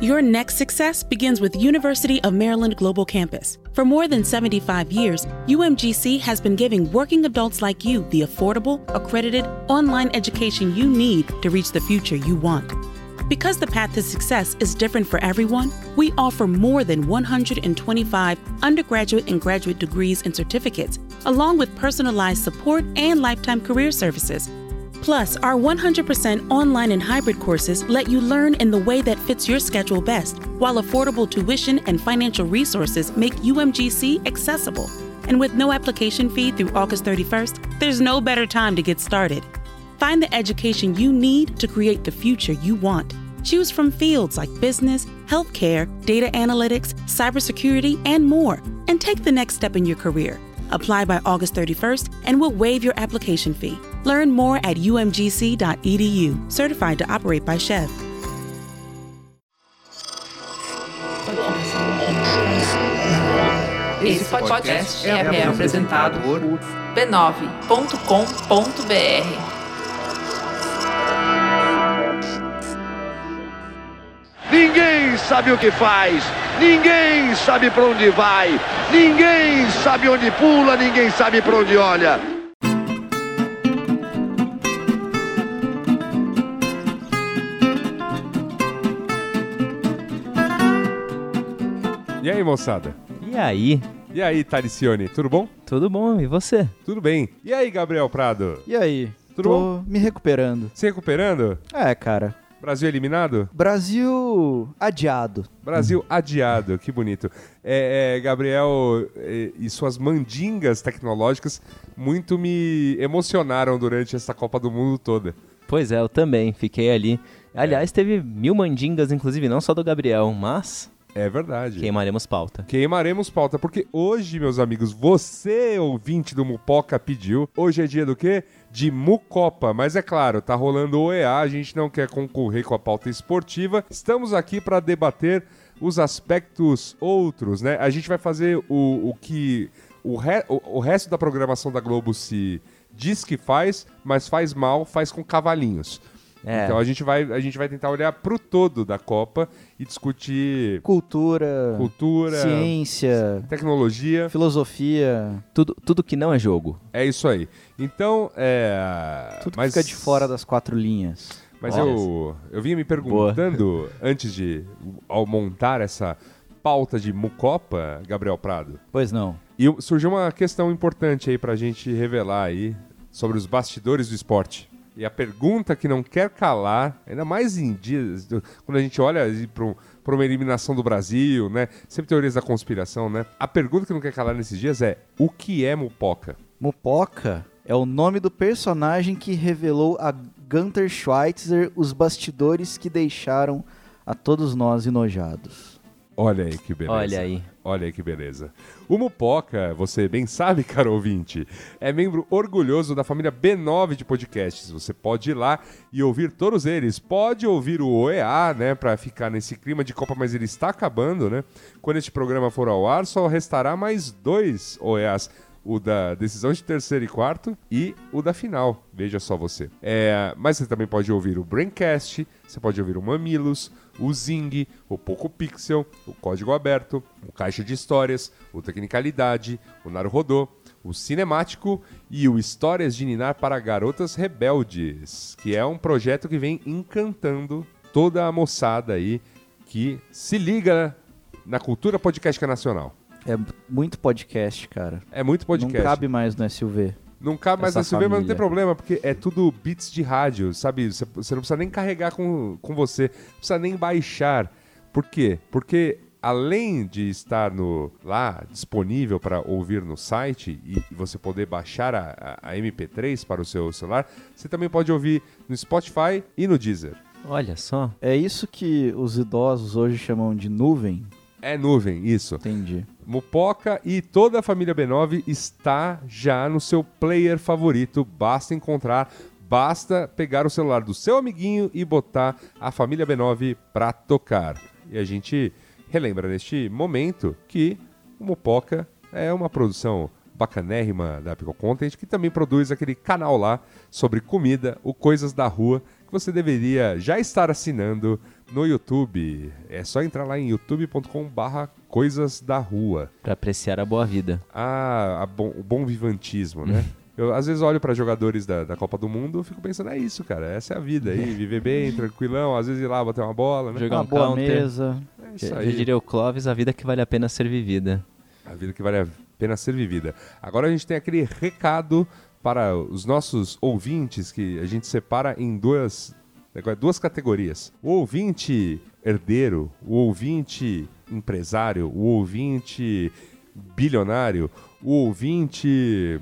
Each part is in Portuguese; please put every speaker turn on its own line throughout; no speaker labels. Your next success begins with University of Maryland Global Campus. For more than 75 years, UMGC has been giving working adults like you the affordable, accredited, online education you need to reach the future you want. Because the path to success is different for everyone, we offer more than 125 undergraduate and graduate degrees and certificates, along with personalized support and lifetime career services. Plus, our 100% online and hybrid courses let you learn in the way that fits your schedule best, while affordable tuition and financial resources make UMGC accessible. And with no application fee through August 31st, there's no better time to get started. Find the education you need to create the future you want. Choose from fields like business, healthcare, data analytics, cybersecurity, and more, and take the next step in your career. Apply by August 31st, and we'll waive your application fee. Learn more at umgc.edu, E certified to operate by Chev.
Esse podcast é, é apresentado por b9.com.br.
Ninguém sabe o que faz, ninguém sabe para onde vai, ninguém sabe onde pula, ninguém sabe para onde olha.
E aí, moçada?
E aí?
E aí, Taricione, tudo bom?
Tudo bom? E você?
Tudo bem. E aí, Gabriel Prado?
E aí?
Tudo
Tô me recuperando.
Se recuperando?
É, cara.
Brasil eliminado?
Brasil adiado.
Brasil adiado, que bonito. É, é, Gabriel é, e suas mandingas tecnológicas muito me emocionaram durante essa Copa do Mundo toda.
Pois é, eu também fiquei ali. Aliás, teve mil mandingas, inclusive, não só do Gabriel, mas
É verdade.
queimaremos pauta.
Queimaremos pauta, porque hoje, meus amigos, você, ouvinte do Mupoca, pediu. Hoje é dia do quê? De Mucopa. Mas é claro, tá rolando o EA, a gente não quer concorrer com a pauta esportiva. Estamos aqui para debater os aspectos outros, né? A gente vai fazer o, o que o, re- o- o resto da programação da Globo se diz que faz, mas faz mal, faz com cavalinhos.
É.
Então a gente, vai, a gente vai tentar olhar pro todo da Copa e discutir
Cultura,
cultura,
ciência,
tecnologia.
filosofia,
Tudo, tudo que não é jogo.
É isso aí. Então, é.
tudo que fica de fora das quatro linhas.
Mas
Olha.
eu, eu vinha me perguntando antes de. ao montar essa pauta de Mucopa, Gabriel Prado.
Pois não.
E surgiu uma questão importante aí pra gente revelar aí sobre os bastidores do esporte. E a pergunta que não quer calar, ainda mais em dias, do- quando a gente olha para uma eliminação do Brasil, né? Sempre teorias da conspiração, né? A pergunta que não quer calar nesses dias é: o que é mupoca?
Mupoca é o nome do personagem que revelou a Gunther Schweitzer os bastidores que deixaram a todos nós enojados.
Olha aí que beleza.
Olha aí.
Olha aí que beleza. O Mupoca, você bem sabe, caro ouvinte, é membro orgulhoso da família B9 de podcasts. Você pode ir lá e ouvir todos eles. Pode ouvir o OEA, né, Pra ficar nesse clima de Copa, mas ele está acabando, né? Quando este programa for ao ar, só restará mais dois OEAs. O da decisão de terceiro e quarto e o da final. Veja só você. É, mas você também pode ouvir o Braincast, você pode ouvir o Mamilos, o Zing, o Poco Pixel, o Código Aberto, o Caixa de Histórias, o Tecnicalidade, o Naruhodô, o Cinemático e o Histórias de Ninar para Garotas Rebeldes, que é um projeto que vem encantando toda a moçada aí que se liga na cultura podcastica nacional.
É muito podcast, cara.
É muito podcast.
Não cabe mais no SUV.
Não cabe mais
Essa
na SUV, mas não
família.
tem problema, porque é tudo bits de rádio, sabe? Você você não precisa nem carregar com, com você, não precisa nem baixar. Por quê? Porque além de estar no, lá disponível para ouvir no site e e você poder baixar a, a- a MP3 para o seu celular, você também pode ouvir no Spotify e no Deezer.
Olha só.
É isso que os idosos hoje chamam de nuvem?
É nuvem, isso.
Entendi.
Mupoca e toda a família B9 está já no seu player favorito. Basta encontrar, basta pegar o celular do seu amiguinho e botar a família B9 pra tocar. E a gente relembra neste momento que o Mupoca é uma produção bacanérrima da Pico Content que também produz aquele canal lá sobre comida, o Coisas da Rua, que você deveria já estar assinando no YouTube. É só entrar lá em youtube.com/barra coisas da rua.
Pra apreciar a boa vida.
Ah, a bom- o bom vivantismo, né? Eu, às vezes olho pra jogadores da, da Copa do Mundo e fico pensando, é isso, cara, essa é a vida aí, viver bem, tranquilão, às vezes ir lá bater uma bola, né?
Jogar
Uma
um
boa
counter.
mesa.
É isso
Eu
aí.
diria o Clóvis, a vida que vale a pena ser vivida.
A vida que vale a pena ser vivida. Agora a gente tem aquele recado para os nossos ouvintes que a gente separa em duas, agora, duas categorias. O ouvinte herdeiro, o ouvinte empresário, o ouvinte bilionário, o ouvinte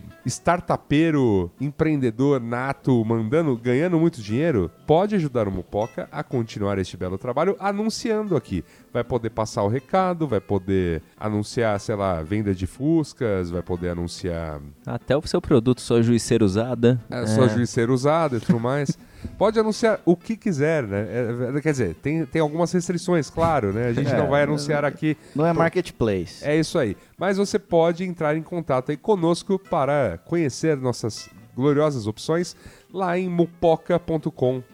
startupeiro, empreendedor nato, mandando, ganhando muito dinheiro, pode ajudar o Mupoca a continuar este belo trabalho anunciando aqui. Vai poder passar o recado, vai poder anunciar, sei lá, venda de fuscas, vai poder anunciar
Até o seu produto, sua juiz ser usada.
é, sua juiceira usada e tudo mais. Pode anunciar o que quiser, né? É, é, quer dizer, tem, tem algumas restrições, claro, né? A gente
É,
não vai anunciar aqui
Não é marketplace.
é isso aí. Mas você pode entrar em contato aí conosco para conhecer nossas gloriosas opções lá em mupoca.com.br.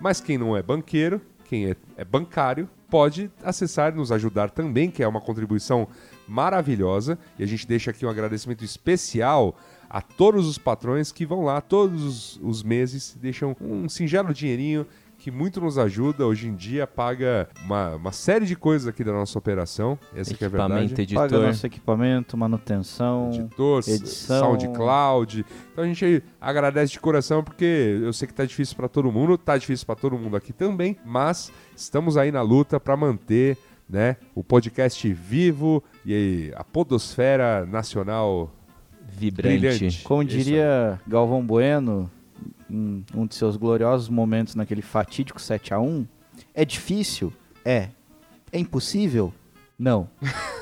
Mas quem não é banqueiro, quem é, é bancário, pode acessar e nos ajudar também, que é uma contribuição maravilhosa. E a gente deixa aqui um agradecimento especial a todos os patrões que vão lá todos os, os meses, deixam um singelo dinheirinho que muito nos ajuda. Hoje em dia paga uma, uma série de coisas aqui da nossa operação. Essa que é a
Equipamento,
verdade.
Paga
editor.
nosso equipamento, manutenção.
Editor, s-
edição.
SoundCloud. Então a gente agradece de coração porque eu sei que tá difícil para todo mundo, tá difícil para todo mundo aqui também, mas estamos aí na luta para manter, né, o podcast vivo e a podosfera nacional
Vibrante.
Brilhante.
Como
Isso
diria Galvão Bueno, em um de seus gloriosos momentos naquele fatídico 7 a 1 é difícil? É. É impossível? Não.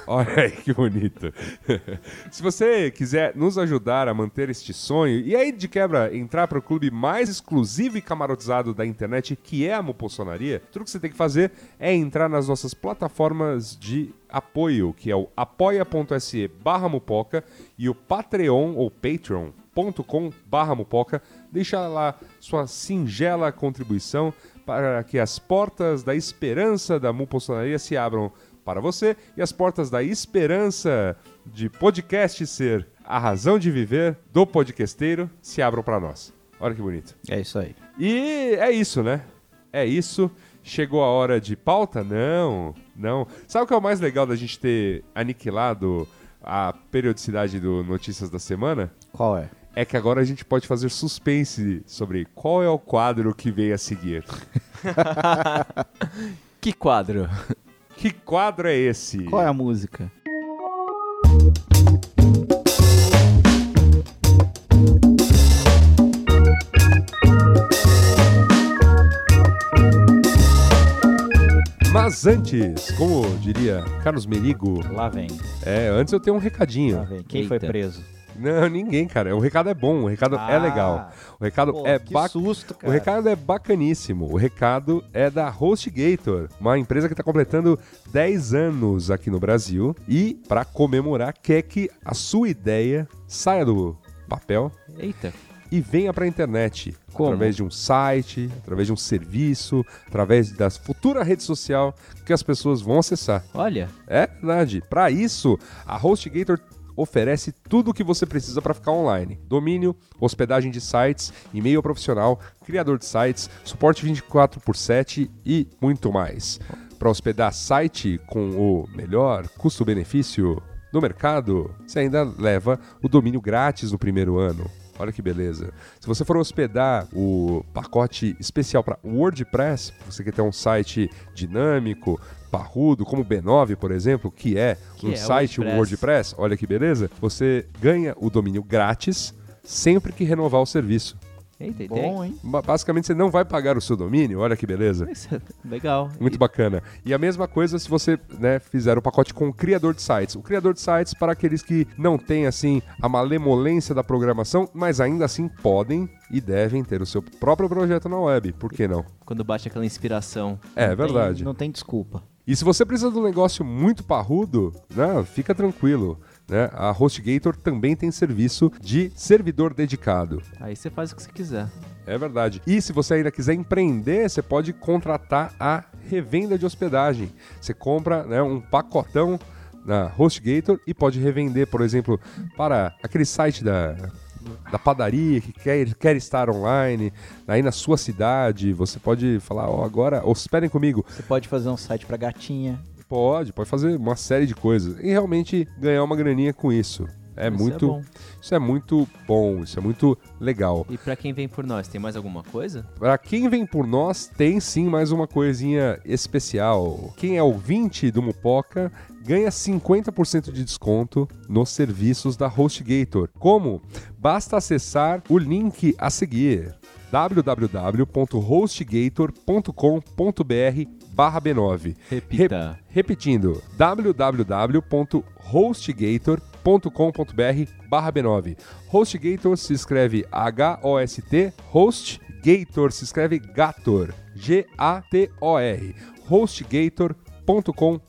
Olha aí que bonito. Se você quiser nos ajudar a manter este sonho e aí de quebra entrar para o clube mais exclusivo e camarotizado da internet, que é a Mupossonaria, tudo que você tem que fazer é entrar nas nossas plataformas de apoio, que é o apoia.se barra mupoca e o Patreon ou Patreon patreon.com barra mupoca, deixar lá sua singela contribuição para que as portas da esperança da mupossonaria se abram para você e as portas da esperança de podcast ser a razão de viver do podcasteiro se abram para nós. Olha que bonito.
É isso aí.
E é isso, né? É isso. Chegou a hora de pauta? Não, não. Sabe o que é o mais legal da gente ter aniquilado a periodicidade do Notícias da Semana?
Qual é?
é que agora a gente pode fazer suspense sobre qual é o quadro que vem a seguir.
Que quadro?
Que quadro é esse?
Qual é a música? é?
Mas antes, como diria Carlos Merigo,
Lá vem.
é, antes eu tenho um
Lá
recadinho.
Ah, vem. Quem
Eita.
foi preso?
Não, ninguém, cara. O recado é bom, o recado é
Ah.
legal. O recado
Pô,
é
que
bacana.
susto, cara.
O recado é bacaníssimo. O recado é da HostGator, uma empresa que está completando 10 anos aqui no Brasil e, para comemorar, quer que a sua ideia saia do papel
Eita.
e venha para a internet.
Como?
Através de um site, através de um serviço, através da futura rede social que as pessoas vão acessar.
Olha,
É verdade. Para isso, a HostGator oferece tudo o que você precisa para ficar online: domínio, hospedagem de sites, e-mail profissional, criador de sites, suporte 24 por 7 e muito mais. Para hospedar site com o melhor custo-benefício no mercado, você ainda leva o domínio grátis no primeiro ano. Olha que beleza. Se você for hospedar o pacote especial para WordPress, você quer ter um site dinâmico, parrudo, como o B9, por exemplo, que é um
é
site WordPress.
WordPress.
olha que beleza, você ganha o domínio grátis sempre que renovar o serviço.
eita, eita.
Bom, hein?
Ba- Basicamente, você não vai pagar o seu domínio, olha que beleza.
Isso é Legal.
Muito bacana. E a mesma coisa se você né, fizer o pacote com o criador de sites. O criador de sites, para aqueles que não têm assim a malemolência da programação, mas ainda assim podem e devem ter o seu próprio projeto na web. Por que não?
Quando bate aquela inspiração.
É
Tem-
verdade.
não tem desculpa.
E se você precisa de um negócio muito parrudo, né, fica tranquilo. né? A HostGator também tem serviço de servidor dedicado.
Aí você faz o que você quiser.
É verdade. E se você ainda quiser empreender, você pode contratar a revenda de hospedagem. Você compra né, um pacotão na HostGator e pode revender, por exemplo, para aquele site da, da padaria que quer, quer estar online, aí na sua cidade. Você pode falar, ó, agora hospedem comigo.
Você pode fazer um site pra gatinha.
Pode, pode fazer uma série de coisas e realmente ganhar uma graninha com isso. É
Isso é
muito,
bom.
isso é muito bom, isso é muito legal.
E pra quem vem por nós, tem mais alguma coisa?
Pra quem vem por nós, tem sim mais uma coisinha especial. Quem é ouvinte do Mupoca ganha 50% de desconto nos serviços da HostGator. Como? Basta acessar o link a seguir www.hostgator.com.br barra B9.
Repita.
Re- repetindo, www.hostgator.com.br barra B9. HostGator se escreve H-O-S-T, HostGator se escreve Gator, G-A-T-O-R, hostgator.com.br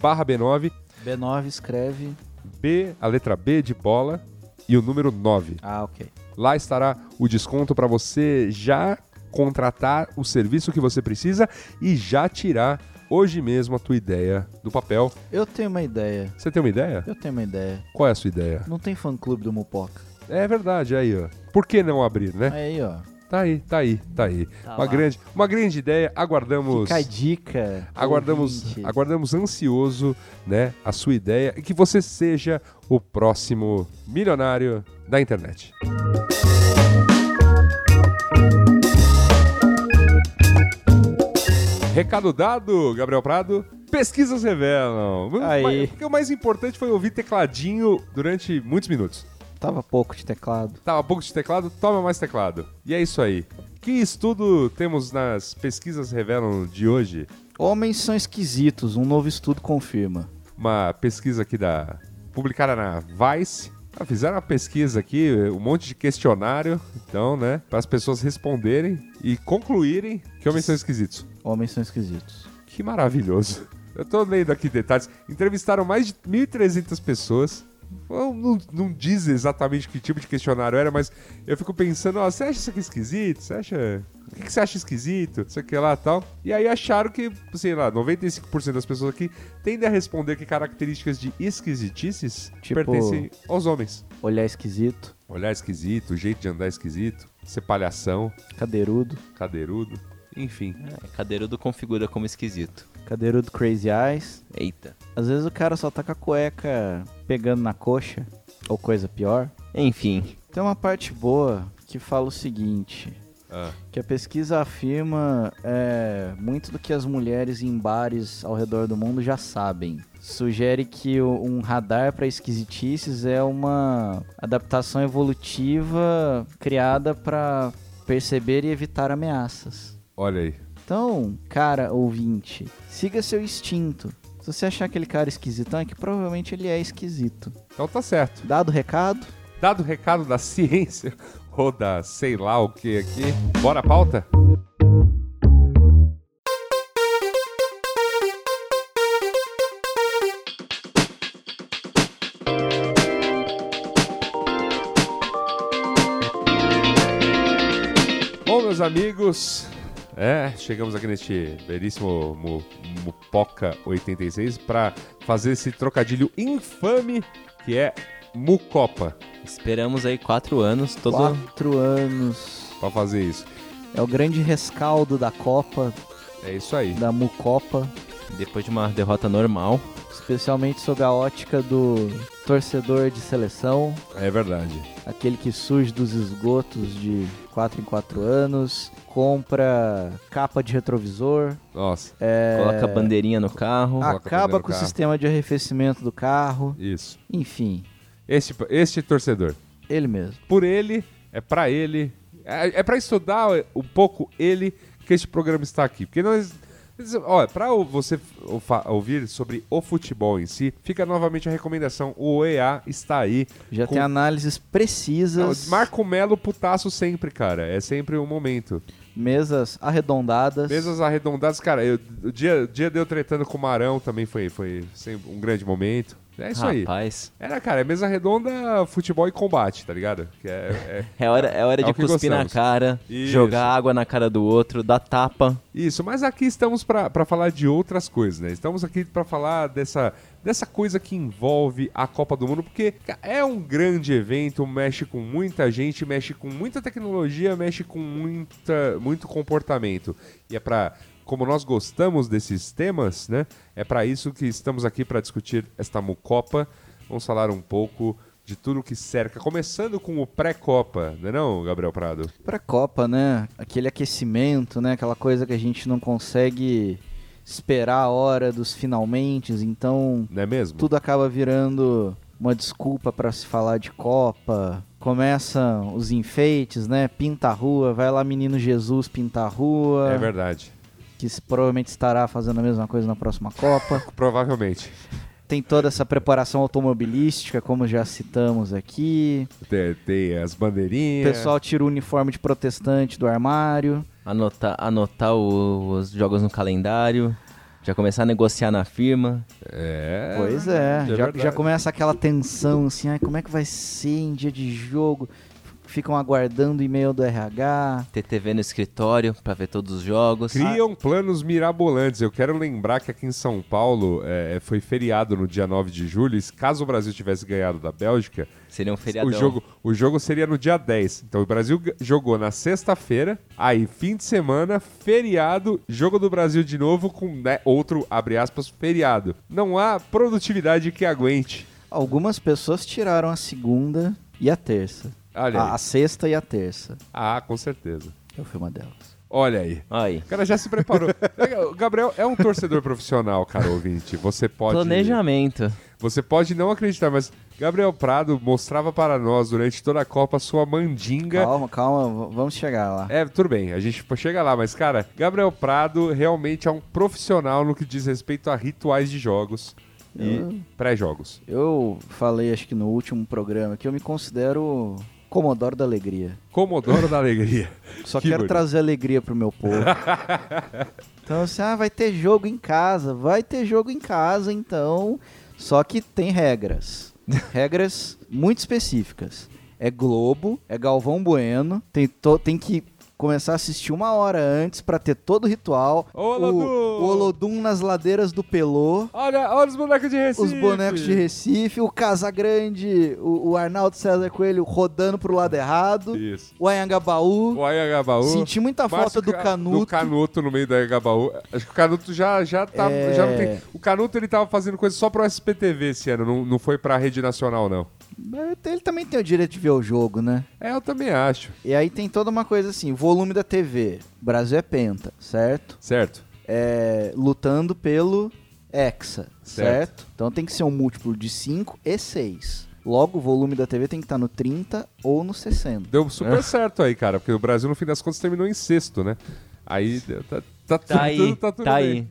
barra B9,
B9 escreve.
B, a letra B de bola e o número 9.
Ah, ok.
Lá estará o desconto para você já contratar o serviço que você precisa e já tirar hoje mesmo a tua ideia do papel.
Eu tenho uma ideia.
Você tem uma ideia?
Eu tenho uma ideia.
Qual é a sua ideia?
Não tem fã clube do Mupoca.
É verdade, aí, ó. Por que não abrir, né?
Aí, ó.
Tá aí, tá aí, tá aí.
Tá
uma
lá.
grande, uma grande ideia. Aguardamos
Fica a dica.
aguardamos,
ouvinte.
aguardamos ansioso, né, a sua ideia e que você seja o próximo milionário da internet. Recado dado, Gabriel Prado. Pesquisas revelam.
Aí.
Porque o mais importante foi ouvir tecladinho durante muitos minutos.
Tava pouco de teclado.
Tava Tá, um pouco de teclado, toma mais teclado. E é isso aí. Que estudo temos nas pesquisas revelam de hoje?
Homens são esquisitos, um novo estudo confirma.
uma pesquisa aqui da publicada na Vice. Ah, Fizeram uma pesquisa aqui, um monte de questionário, então, né? Para as pessoas responderem e concluírem que homens são esquisitos.
Homens são esquisitos.
Que maravilhoso. Eu tô lendo aqui detalhes. Entrevistaram mais de 1.300 pessoas. Não, não, não diz exatamente que tipo de questionário era, mas eu fico pensando, ó, você acha isso aqui esquisito? Você acha... O que, que você acha esquisito? Isso aqui lá e tal. E aí acharam que, sei lá, 95% das pessoas aqui tendem a responder que características de esquisitices
Tipo-
pertencem aos homens.
Olhar esquisito,
Olhar esquisito, jeito de andar esquisito, ser palhação,
cadeirudo,
cadeirudo, enfim.
É, cadeirudo configura como esquisito.
cadeirudo crazy eyes.
Eita.
Às vezes o cara só tá com a cueca pegando na coxa, ou coisa pior.
Enfim,
Tem uma parte boa que fala o seguinte,
Ah.
que a pesquisa afirma é, muito do que as mulheres em bares ao redor do mundo já sabem. Sugere que o- um radar para esquisitices é uma adaptação evolutiva criada para perceber e evitar ameaças.
Olha aí.
Então, cara ouvinte, siga seu instinto. Se você achar aquele cara esquisitão, é que provavelmente ele é esquisito.
Então tá certo.
Dado o recado,
Dado o recado da ciência, ou da sei lá o que aqui, bora a pauta? Bom, meus amigos, é, chegamos aqui neste belíssimo Mu- Mupoca 86 para fazer esse trocadilho infame que é Mucopa,
esperamos aí quatro anos, todo
quatro anos.
para fazer isso.
É o grande rescaldo da Copa,
É isso aí.
da Mucopa,
depois de uma derrota normal.
especialmente sob a ótica do torcedor de seleção,
É verdade.
aquele que surge dos esgotos de 4 em 4 anos, compra capa de retrovisor,
Nossa,
Coloca a bandeirinha no carro.
É. Ah. Coloca
acaba
primeiro
com o
carro.
sistema de arrefecimento do carro,
isso.
enfim,
Este, este torcedor.
ele mesmo.
Por ele, é pra ele. É, é para estudar um pouco ele que este programa está aqui. Porque nós. Olha, pra o- você f- o fa- ouvir sobre o futebol em si, fica novamente a recomendação. O OEA está aí.
Já
com-
tem análises precisas,
Marco Melo putaço sempre, cara. É sempre um momento.
mesas arredondadas.
Mesas arredondadas, cara. eu- o dia, o dia de eu tretando com o Marão também foi, foi sempre um grande momento. É isso aí.
Rapaz.
Era, cara, é mesa redonda, futebol e combate, tá ligado? Que é- é-
É hora, é hora
É
de
o que
cuspir na
gostamos.
cara,
Isso.
jogar água na cara do outro, dar tapa.
Isso, mas aqui estamos para falar de outras coisas, né? Estamos aqui para falar dessa, dessa coisa que envolve a Copa do Mundo, porque ca- é um grande evento, mexe com muita gente, mexe com muita tecnologia, mexe com muita, muito comportamento. E é para, como nós gostamos desses temas, né? É para isso que estamos aqui para discutir esta Mucopa. Vamos falar um pouco de tudo que cerca, começando com o pré-Copa, não é não, Gabriel Prado?
Pra Copa, né? Aquele aquecimento, né? Aquela coisa que a gente não consegue esperar a hora dos finalmente, então
Não é mesmo?
tudo acaba virando uma desculpa pra se falar de Copa. Começam os enfeites, né? Pinta a rua, vai lá menino Jesus pintar a rua,
É verdade.
que se- provavelmente estará fazendo a mesma coisa na próxima Copa.
Provavelmente.
Tem toda essa preparação automobilística, como já citamos aqui.
Tem, tem as
O
bandeirinhas.
pessoal tira o uniforme de protestante do armário.
Anotar, anotar o- os jogos no calendário, já começar a negociar na firma.
É.
pois é, já,
verdade.
já começa aquela tensão assim, ai, como é que vai ser em dia de jogo? Ficam aguardando o e-mail do RH.
Ter TV no escritório pra ver todos os jogos.
Criam planos mirabolantes. Eu quero lembrar que aqui em São Paulo é, foi feriado no dia 9 de julho. E se caso o Brasil tivesse ganhado da Bélgica,
Seria um feriadão.
o jogo, o jogo seria no dia 10. Então o Brasil g- jogou na sexta-feira, aí fim de semana, feriado, jogo do Brasil de novo com né, outro, abre aspas, feriado. Não há produtividade que aguente.
Algumas pessoas tiraram a segunda e a terça.
Olha
A,
aí.
a sexta e a terça.
Ah, com certeza.
Eu fui uma delas.
Olha aí.
Aí.
O cara já se preparou. O Gabriel é um torcedor profissional, cara ouvinte. Você pode.
Planejamento.
Você pode não acreditar, mas Gabriel Prado mostrava para nós durante toda a Copa sua mandinga.
Calma, calma, v- vamos chegar lá.
É, tudo bem, a gente chega lá, mas cara, Gabriel Prado realmente é um profissional no que diz respeito a rituais de jogos e pré-jogos.
Eu falei, acho que no último programa, que eu me considero Comodoro da Alegria.
Comodoro da Alegria.
Só
Que
quero
bonito.
trazer alegria pro meu povo. então, assim, ah, vai ter jogo em casa, vai ter jogo em casa, então. Só que tem regras. regras muito específicas. É Globo, é Galvão Bueno, tem, to- tem que começar a assistir uma hora antes pra ter todo o ritual.
Ô, Olodum!
O, o Olodum nas ladeiras do Pelô.
Olha, olha os bonecos de Recife.
Os bonecos de Recife, o Casagrande, o, o Arnaldo César Coelho rodando pro lado errado,
Isso.
o Anhangabaú.
O Ayagabaú.
Senti muita
Márcio
falta do
Ca-
Canuto.
Do Canuto no meio da Gabaú. Acho que o Canuto já, já tá.
É.
Já não tem. O Canuto ele tava fazendo coisa só pro SPTV esse ano, não, não foi pra rede nacional, não.
Mas Ele também tem o direito de ver o jogo, né?
É, eu também acho.
E aí tem toda uma coisa assim, volume da TV. Brasil é penta, certo?
Certo?
É, lutando pelo hexa, certo.
Certo.
Então tem que ser um múltiplo de 5 e 6. Logo, o volume da TV tem que estar no 30 ou no 60.
Deu
É.
super certo aí, cara, porque o Brasil, no fim das contas, terminou em sexto, né? Aí tá, tá, tudo-
aí,
tudo, tá tudo
tá
bem.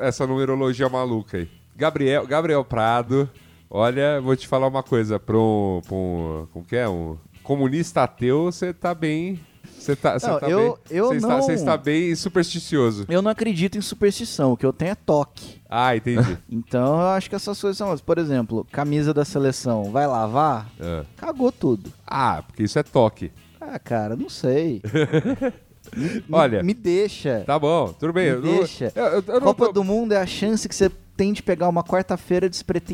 É, Essa numerologia maluca aí. Gabriel, Gabriel Prado, olha, vou te falar uma coisa. Pra um. Pra um como que é? Um comunista ateu, você tá bem. Você tá, você
Não,
tá
eu-
bem.
eu
você Está,
não-
você está bem supersticioso.
Eu não acredito em superstição, o que eu tenho é toque.
Ah, entendi.
Então eu acho que essas coisas são. Por exemplo, camisa da seleção, vai lavar?
É.
Cagou tudo.
ah, porque isso é toque.
Ah, cara, não sei. Me-
Olha.
Me deixa.
Tá bom, tudo bem.
Me
eu não-
deixa.
eu- eu- eu não
Copa
tô-
do Mundo é a chance que você tem de pegar uma quarta-feira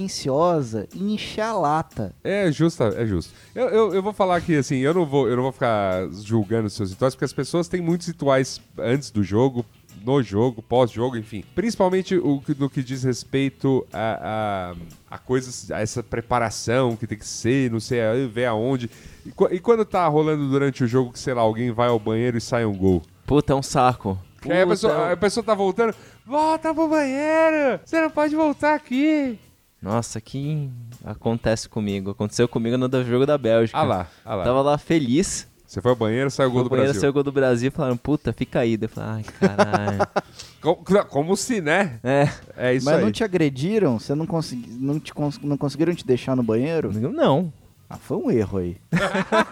despretensiosa e encher a lata.
É justo, é justo. Eu, eu, eu vou falar aqui assim, eu não vou, eu não vou ficar julgando os seus rituais, porque as pessoas têm muitos rituais antes do jogo, no jogo, pós-jogo, enfim. Principalmente o, que- no que diz respeito a, a, a coisas, a essa preparação que tem que ser, não sei, aí ver aonde. E, qu- e quando tá rolando durante o jogo que, sei lá, alguém vai ao banheiro e sai um gol.
Puta, é um saco.
Que aí a
Puta,
pessoa, a pessoa tá voltando, volta pro banheiro, você não pode voltar aqui.
Nossa, que acontece comigo. Aconteceu comigo no jogo da Bélgica.
Ah lá, ah lá.
Tava lá feliz.
Você foi ao banheiro, saiu o gol do
banheiro
Brasil.
saiu o gol do Brasil e falaram, puta, fica aí. Daí Eu falei, ai, caralho.
Como, como se, né?
é.
É isso
Mas
aí.
não te agrediram? Você não, consegui, não, te cons- não conseguiram te deixar no banheiro?
Eu, Não.
Ah, foi um erro aí.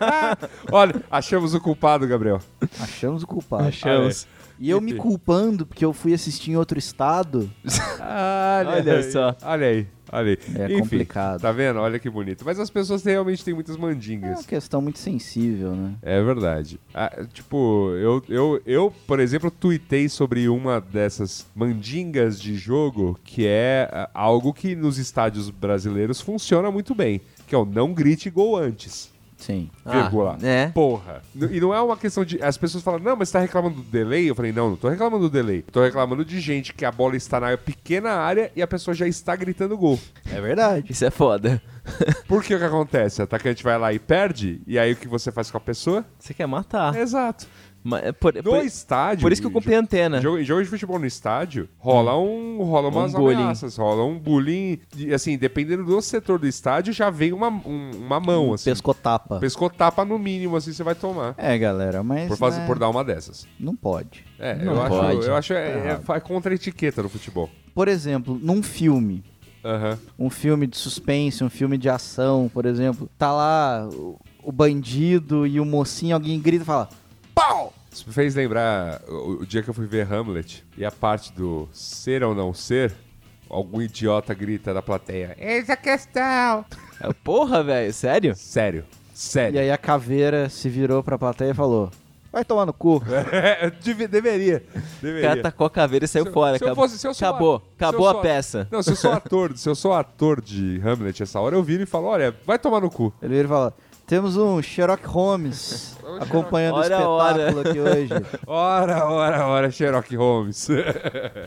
Ah, Olha, achamos o culpado, Gabriel.
Achamos o culpado.
Chamos.
E eu me culpando porque eu fui assistir em outro estado.
Olha,
Olha só.
Olha aí. Ali.
É
Enfim,
complicado.
Tá vendo? Olha que bonito. Mas as pessoas realmente têm muitas
É uma
mandingas.
questão muito sensível, né?
É verdade. Ah, tipo, eu, eu, eu, por exemplo, tuitei sobre uma dessas mandingas de jogo que é ah, algo que nos estádios brasileiros funciona muito bem, que é o não grite gol antes.
Sim.
Ah,
Vírgula.
é.
né?
Porra. N- E não é uma questão de. As pessoas falam, não, mas tá reclamando do delay? Eu falei, não, não tô reclamando do delay. Tô reclamando de gente que a bola está na pequena área e a pessoa já está gritando gol.
É verdade.
Isso é foda.
Por que o que acontece? O atacante vai lá e perde, e aí o que você faz com a pessoa?
Você quer matar.
Exato.
Mas Ah. é por,
No
por-
estádio.
por isso que né? eu comprei a antena.
Jogo, jogo de futebol no estádio, rola um, rola umas
Hum. bullying.
ameaças, rola um bullying, e assim, dependendo do setor do estádio, já vem uma, um- uma mão, assim.
Pescotapa.
Pescotapa no mínimo, assim, você vai tomar.
É, galera, mas.
Por, fazer,
né,
por dar uma dessas.
Não pode.
É,
Não
eu acho,
pode.
eu acho é, é, vai contra a etiqueta no futebol.
Por exemplo, num filme.
Aham.
um filme de suspense, um filme de ação, por exemplo, tá lá o, o bandido e o mocinho, alguém grita e fala,
Isso me fez lembrar o, o dia que eu fui ver Hamlet e a parte do ser ou não ser, algum idiota grita da plateia. "É, Eis a questão!
É, Porra, velho, sério?
Sério,
e
sério.
aí a caveira se virou pra plateia e falou, vai tomar no cu.
É, deve- deveria.
O
deveria.
cara tá tacou a caveira e saiu
Se eu-
fora.
se eu
acabou,
fosse- se eu sou
acabou,
a- se eu
acabou
sou
a peça.
Não, se eu sou ator, se eu sou ator de Hamlet essa hora, eu viro e falo, olha, vai tomar no cu.
Ele vira e fala, temos um Sherlock Holmes acompanhando
Olha a
o
hora.
espetáculo aqui hoje.
Ora, ora, ora, Sherlock Holmes.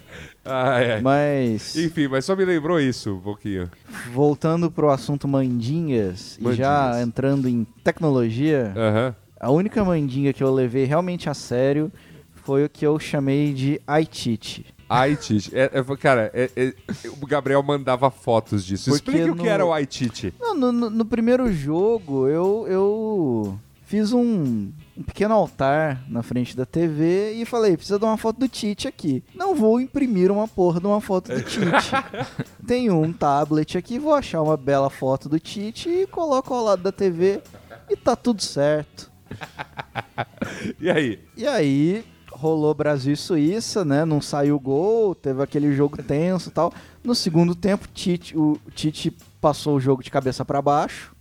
ai, ai.
Mas,
Enfim, mas só me lembrou isso um pouquinho.
voltando pro assunto mandingas, e já
Mandingas.
entrando em tecnologia,
Aham.
a única mandinga que eu levei realmente a sério foi o que eu chamei de iTite.
Aitite. É, é, cara, é- é, o Gabriel mandava fotos disso.
Porque
Explique o
no-
que era o Aitite.
Não, no, no- no primeiro jogo eu, eu fiz um, um pequeno altar na frente da TV e falei, precisa de uma foto do Tite aqui. Não vou imprimir uma porra de uma foto do Tite. Tenho um tablet aqui, vou achar uma bela foto do Tite e coloco ao lado da TV e tá tudo certo.
E aí?
E aí rolou Brasil e Suíça, né? Não saiu gol, teve aquele jogo tenso e tal. No segundo tempo, Tite, o Tite passou o jogo de cabeça pra baixo.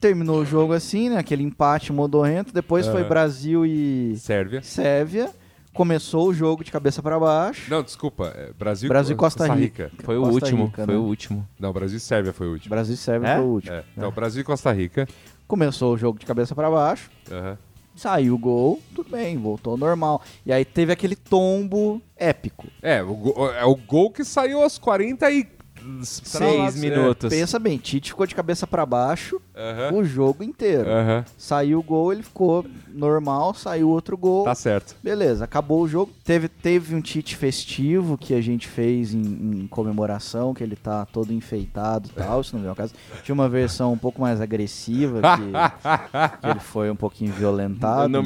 Terminou o jogo assim, né? Aquele empate modorrento. Depois foi
Aham.
Brasil e
Sérvia?
Sérvia. Começou o jogo de cabeça pra baixo.
Não, desculpa. é Brasil,
Brasil e
Co-
Costa Rica.
Foi o
Costa
último,
Rica,
foi
né?
o último.
Não, Brasil e Sérvia foi o último.
Brasil e Sérvia
É?
foi o último. né?
É, Então, Brasil e Costa Rica.
Começou o jogo de cabeça pra baixo.
Aham.
Saiu o gol, tudo bem, voltou ao normal. E aí teve aquele tombo épico.
É, o, go- é o gol que saiu aos 46 é.
Seis minutos.
Pensa bem, Tite ficou de cabeça pra baixo
Aham.
o jogo inteiro.
Aham.
Saiu o gol, ele ficou normal, saiu outro gol.
Tá certo.
Beleza, acabou o jogo. Teve, teve um Tite festivo que a gente fez em, em comemoração, que ele tá todo enfeitado e tal, se não viu o caso. Tinha uma versão um pouco mais agressiva, que, que ele foi um pouquinho violentado. mas-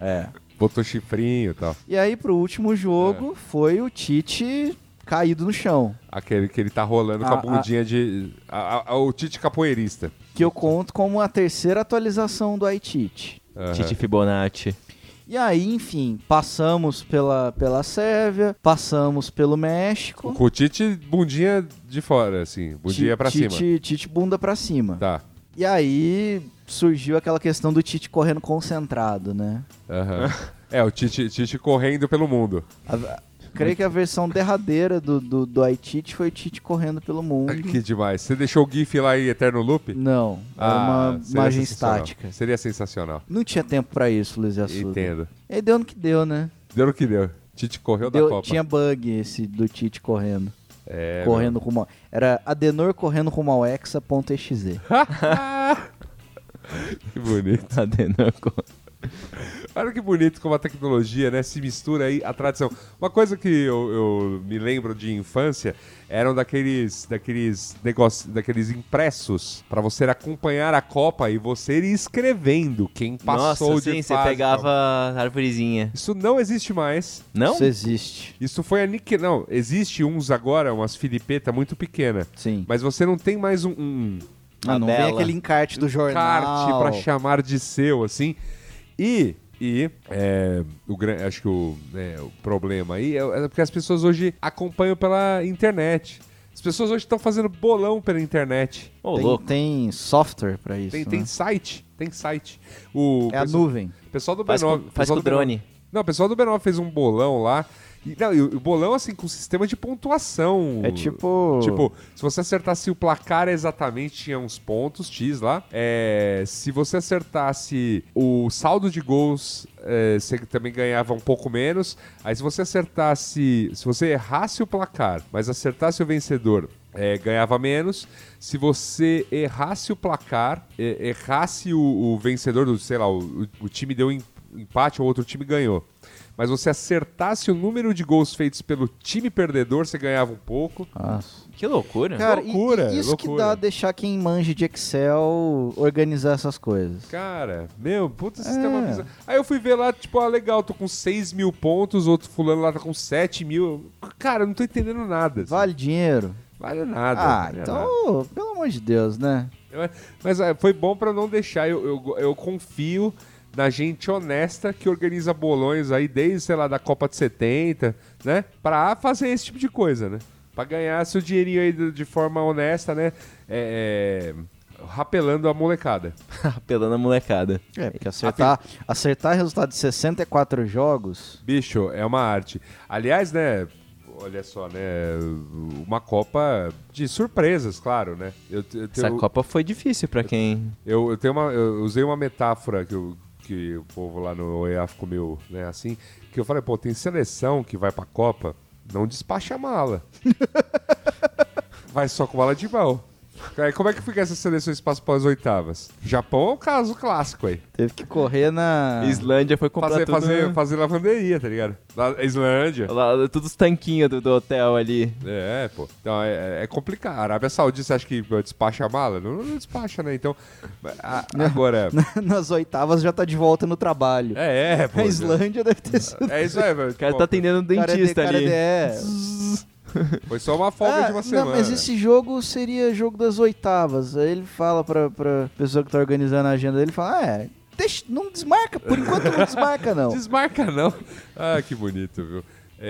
É.
Botou chifrinho e tal.
E aí, pro último jogo,
É.
foi o Tite caído no chão.
Aquele que ele tá rolando com a
Ah,
bundinha de. a- a- a- o Tite capoeirista.
Que eu conto como a terceira atualização do iTite.
Aham.
Titi Fibonacci.
E aí, enfim, passamos pela, pela Sérvia, passamos pelo
O
México.
com o Tite, bundinha de fora, assim. Bundinha
Ti-
pra
Tite,
cima.
Tite bunda pra cima.
Tá.
E aí surgiu aquela questão do Tite correndo concentrado, né?
Aham. é, o Tite, Tite correndo pelo mundo.
A- creio que a versão derradeira do, do, do Aitite foi o Tite correndo pelo mundo.
Que demais. Você deixou o GIF lá em Eterno Loop?
Uhum.
Ah,
Não, era uma
seria
imagem
sensacional.
estática.
Seria sensacional.
Não tinha tempo pra isso, Luiz Assuda.
Entendo.
E aí deu no que deu, né?
Deu no que deu. Tite correu
Deu-
da Copa.
tinha bug esse do Tite correndo.
É,
correndo rumo ao... Era Adenor correndo rumo ao Hexa.exe.
que bonito.
Adenocon.
Olha que bonito como a tecnologia, né? Se mistura aí a tradição. Uma coisa que eu, eu me lembro de infância eram daqueles, daqueles negócios, daqueles impressos pra você acompanhar a Copa e você ir escrevendo quem passou
Nossa,
de
sim, você
fase e
pegava
tal.
a arvorezinha.
Isso não existe mais.
Não?
Isso existe.
Isso foi aniquilado. Não, existe uns agora, umas filipeta muito pequena.
Sim.
Mas você não tem mais um, um
Ah, não vem
Tabela.
aquele encarte do jornal.
encarte pra chamar de seu, assim. E E é, o, gran- acho que o, né, o problema aí é, é porque as pessoas hoje acompanham pela internet. As pessoas hoje estão fazendo bolão pela internet.
Ô,
Tem,
louco.
tem software pra isso.
Tem,
né?
tem site, tem site. O
É a
pessoal-
nuvem.
Pessoal do
Faz com-
B9.
faz
pessoal do
com
B9.
drone.
Não, o pessoal do B9 fez um bolão lá. E, não, e o o bolão, assim, com sistema de pontuação.
É tipo-
Tipo, se você acertasse o placar exatamente, tinha uns pontos, X lá. É, se você acertasse o saldo de gols, é, você também ganhava um pouco menos. Aí se você acertasse. Se você errasse o placar, mas acertasse o vencedor. é, ganhava menos. Se você errasse o placar, é, errasse o, o vencedor do, sei lá, o, o- o time deu em- empate ou outro time ganhou. Mas você acertasse o número de gols feitos pelo time perdedor, você ganhava um pouco.
Nossa.
Que loucura.
Cara, e-
Loucura,
e isso que
loucura.
dá deixar quem manja de Excel organizar essas coisas.
Cara, meu, puta sistema
É.
bizarro. Aí eu fui ver lá, tipo, ah, legal, tô com 6 mil pontos, outro fulano lá tá com 7 mil. Cara, eu não tô entendendo nada. assim.
Vale dinheiro?
Vale nada.
Ah,
vale nada.
então, pelo amor de Deus, né?
Eu- Mas ah, foi bom pra não deixar, eu, eu, eu confio na gente honesta que organiza bolões aí desde, sei lá, da Copa de 70, né? Pra fazer esse tipo de coisa, né? Pra ganhar seu dinheirinho aí de de forma honesta, né? É, é, rapelando a molecada.
Apelando a molecada.
É, porque acertar, acertar resultado de 64 jogos.
Bicho, é uma arte. Aliás, né? Olha só, né? Uma Copa de surpresas, claro, né? Eu, eu
Essa
tenho,
Copa foi difícil pra quem.
eu, eu tenho uma, eu usei uma metáfora que, eu- que o povo lá no OEA ficou meio, né, assim, que eu falei, pô, tem seleção que vai pra Copa, não despacha a mala. vai só com mala de mão. Aí, como é que fica essa seleção espaço para as oitavas? Japão é um caso clássico aí.
Teve que correr na.
Islândia foi comprar
Ah. Fazer,
tudo. né?
fazer, fazer lavanderia, tá ligado? Na Islândia.
Lá, todos os tanquinhos do, do hotel ali.
É, pô. Então é, é complicado. A Arábia Saudita, você acha que pô, despacha a mala? Não, não despacha, né? Então. a- agora.
Nas oitavas já tá de volta no trabalho.
É, é, pô.
a Islândia deve ter sido.
É isso aí, velho.
O cara
Pô,
tá atendendo um
Cara de-
dentista
cara
ali.
de- é.
Foi só uma folga
Ah,
de uma
não,
semana.
mas esse jogo seria jogo das oitavas. Aí ele fala pra, pra pessoa que tá organizando a agenda dele, fala, ah, é, deixa, não desmarca, por enquanto não desmarca não.
Desmarca, não. Ah, que bonito, viu?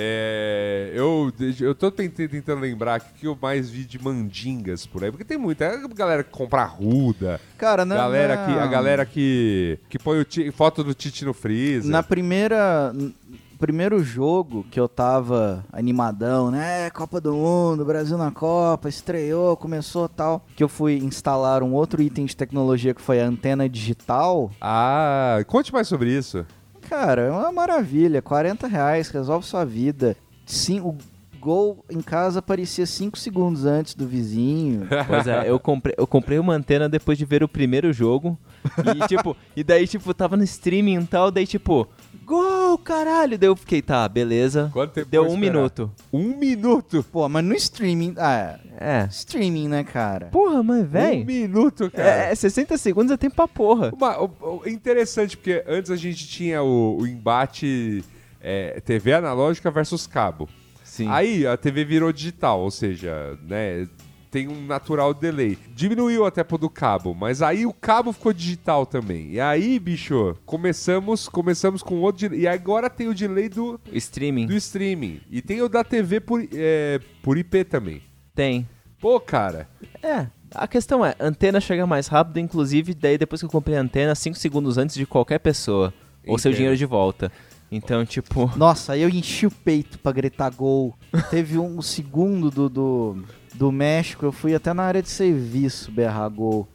É, eu, eu tô tentando, tentando lembrar aqui o que eu mais vi de mandingas por aí, porque tem muita. É a galera que compra ruda,
Cara, não,
galera
não.
que, a galera que, que põe o ti- foto do Tite no freezer.
Na primeira... n- Primeiro jogo que eu tava animadão, né? Copa do Mundo, Brasil na Copa, estreou, começou tal. Que eu fui instalar um outro item de tecnologia que foi a antena digital.
Ah, conte mais sobre isso.
Cara, é uma maravilha. 40 reais, resolve sua vida. Sim, o gol em casa aparecia 5 segundos antes do vizinho.
Pois é, eu comprei, eu comprei uma antena depois de ver o primeiro jogo. E tipo, e daí, tipo, tava no streaming e tal, daí, tipo, gol, caralho! Daí eu fiquei, tá, beleza.
Quanto tempo
Deu
vou
um
esperar?
minuto.
Um minuto.
Pô, mas no streaming. Ah,
É.
é. Streaming, né, cara?
Porra, mas,
Um
velho.
minuto, cara.
É, é 60 segundos é tempo pra porra.
Uma- o- o- interessante, porque antes a gente tinha o, o embate é, TV analógica versus cabo.
Sim.
Aí a TV virou digital, ou seja, né, tem um natural delay. Diminuiu até pro do cabo, mas aí o cabo ficou digital também. E aí, bicho, começamos, começamos com outro delay. E agora tem o delay do,
streaming?
do streaming. E tem o da TV por, é, por IP também.
Tem.
Pô, cara,
É. A questão é, antena chega mais rápido, inclusive, daí depois que eu comprei a antena, 5 segundos antes de qualquer pessoa. Ou seu
Entendo.
dinheiro de volta. Então, tipo.
Nossa, aí eu enchi o peito pra gritar gol. Teve um segundo do, do, do México, eu fui até na área de serviço berrar gol.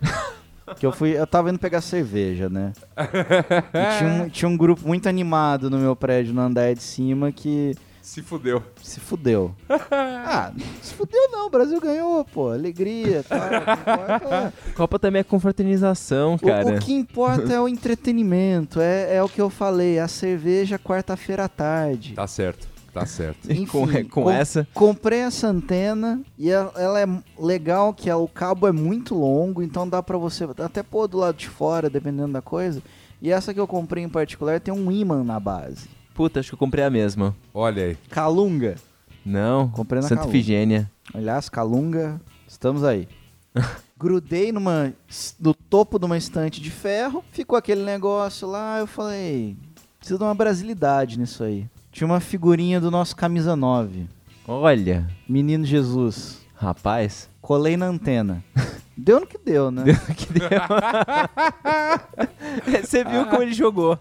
Que eu fui, eu tava indo pegar cerveja, né? E tinha, um, tinha um grupo muito animado no meu prédio, no andar de cima, que
se fudeu.
Se fudeu. ah, se fudeu não, o Brasil ganhou, pô. Alegria, tal. O que importa
Copa também é confraternização,
é-
cara.
O, o que importa é o entretenimento, é, é o que eu falei, a cerveja quarta-feira à tarde.
Tá certo, tá certo.
E com- com essa?
Comprei essa antena e ela, ela é legal que ela- o cabo é muito longo, então dá pra você até pôr do lado de fora, dependendo da coisa. E essa que eu comprei em particular tem um ímã na base.
Puta, acho que eu comprei a mesma.
Olha aí.
Calunga.
Não,
Comprei na
Santa
Caô.
Ifigênia.
Aliás, Calunga, estamos aí. Grudei numa, no topo de uma estante de ferro, ficou aquele negócio lá, eu falei, Precisa de uma brasilidade nisso aí. Tinha uma figurinha do nosso camisa 9,
Olha,
Menino Jesus.
rapaz.
Colei na antena. Deu no que deu, né?
que deu. É, Você viu como ele jogou.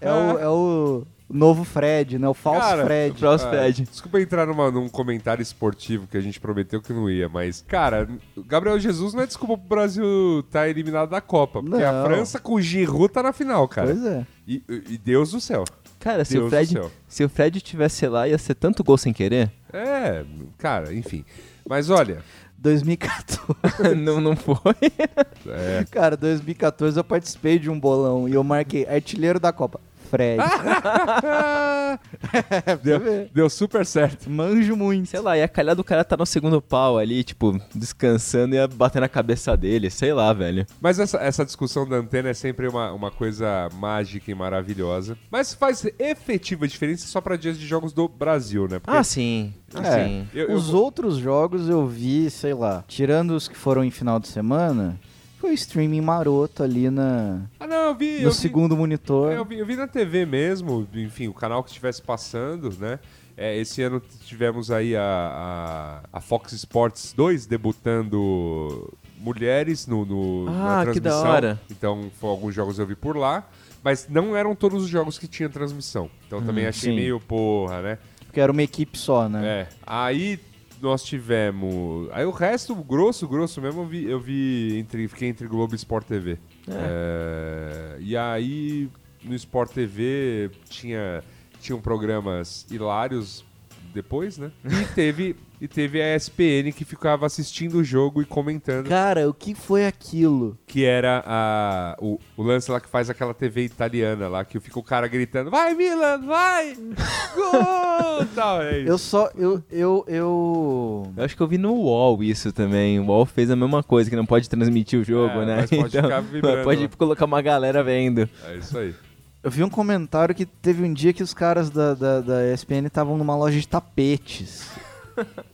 É o, é o novo Fred, né? O falso
Cara,
Fred.
Pra os
Ah,
Fred.
Desculpa entrar numa- num comentário esportivo que a gente prometeu que não ia, mas, cara, o Gabriel Jesus não é desculpa pro Brasil tá eliminado da Copa. Porque a
Não.
França com o Giroud tá na final, cara.
Pois é.
E, e Deus do céu.
Cara, se
Deus
o,
do
Fred,
céu.
se o Fred tivesse lá, ia ser tanto gol sem querer.
É, cara, enfim. Mas olha,
2014.
não, não foi.
é,
Cara, 2014 eu participei de um bolão e eu marquei artilheiro da Copa. Fred. Ah,
deu, deu super certo.
Manjo muito.
é
Sei lá, ia calhar do cara tá no segundo pau ali, tipo, descansando e ia bater na cabeça dele, sei lá, velho.
Mas essa, essa discussão da antena é sempre uma, uma coisa mágica e maravilhosa. Mas faz efetiva diferença só pra dias de jogos do Brasil, né? Porque
Ah, sim. Ah,
É.
sim.
eu- eu-
Os outros jogos eu vi, sei lá, tirando os que foram em final de semana, foi o streaming maroto ali na,
Ah, não, eu vi. eu
no
vi-
segundo monitor.
É, eu, vi, eu vi na TV mesmo, enfim, o canal que estivesse passando, né? É, esse ano tivemos aí a, a, a Fox Sports 2 debutando mulheres no, no- na
Ah, que da
transmissão.
hora.
Então, foi alguns jogos eu vi por lá, mas não eram todos os jogos que tinha transmissão. Então também
Hum,
achei
sim.
meio porra, né?
Porque era uma equipe só, né?
É. Aí nós tivemos. Aí o resto, o grosso, grosso mesmo, eu vi, eu vi entre, fiquei entre Globo e Sport TV. É, e aí no Sport TV tinha, tinham programas hilários depois, né? E teve, e teve a ESPN que ficava assistindo o jogo e comentando.
Cara, o que foi aquilo?
Que era a, o, o lance lá que faz aquela TV italiana lá, que fica o cara gritando: Vai, Milan, vai! Gol! Tal, é isso.
Eu só. Eu. Eu. eu...
Eu acho que eu vi no UOL isso também. O UOL fez a mesma coisa, que não pode transmitir o jogo,
É,
né?
mas pode ficar vibrando
pode
lá.
colocar uma galera vendo.
É isso aí.
Eu vi um comentário que teve um dia que os caras da, da, da ESPN estavam numa loja de tapetes.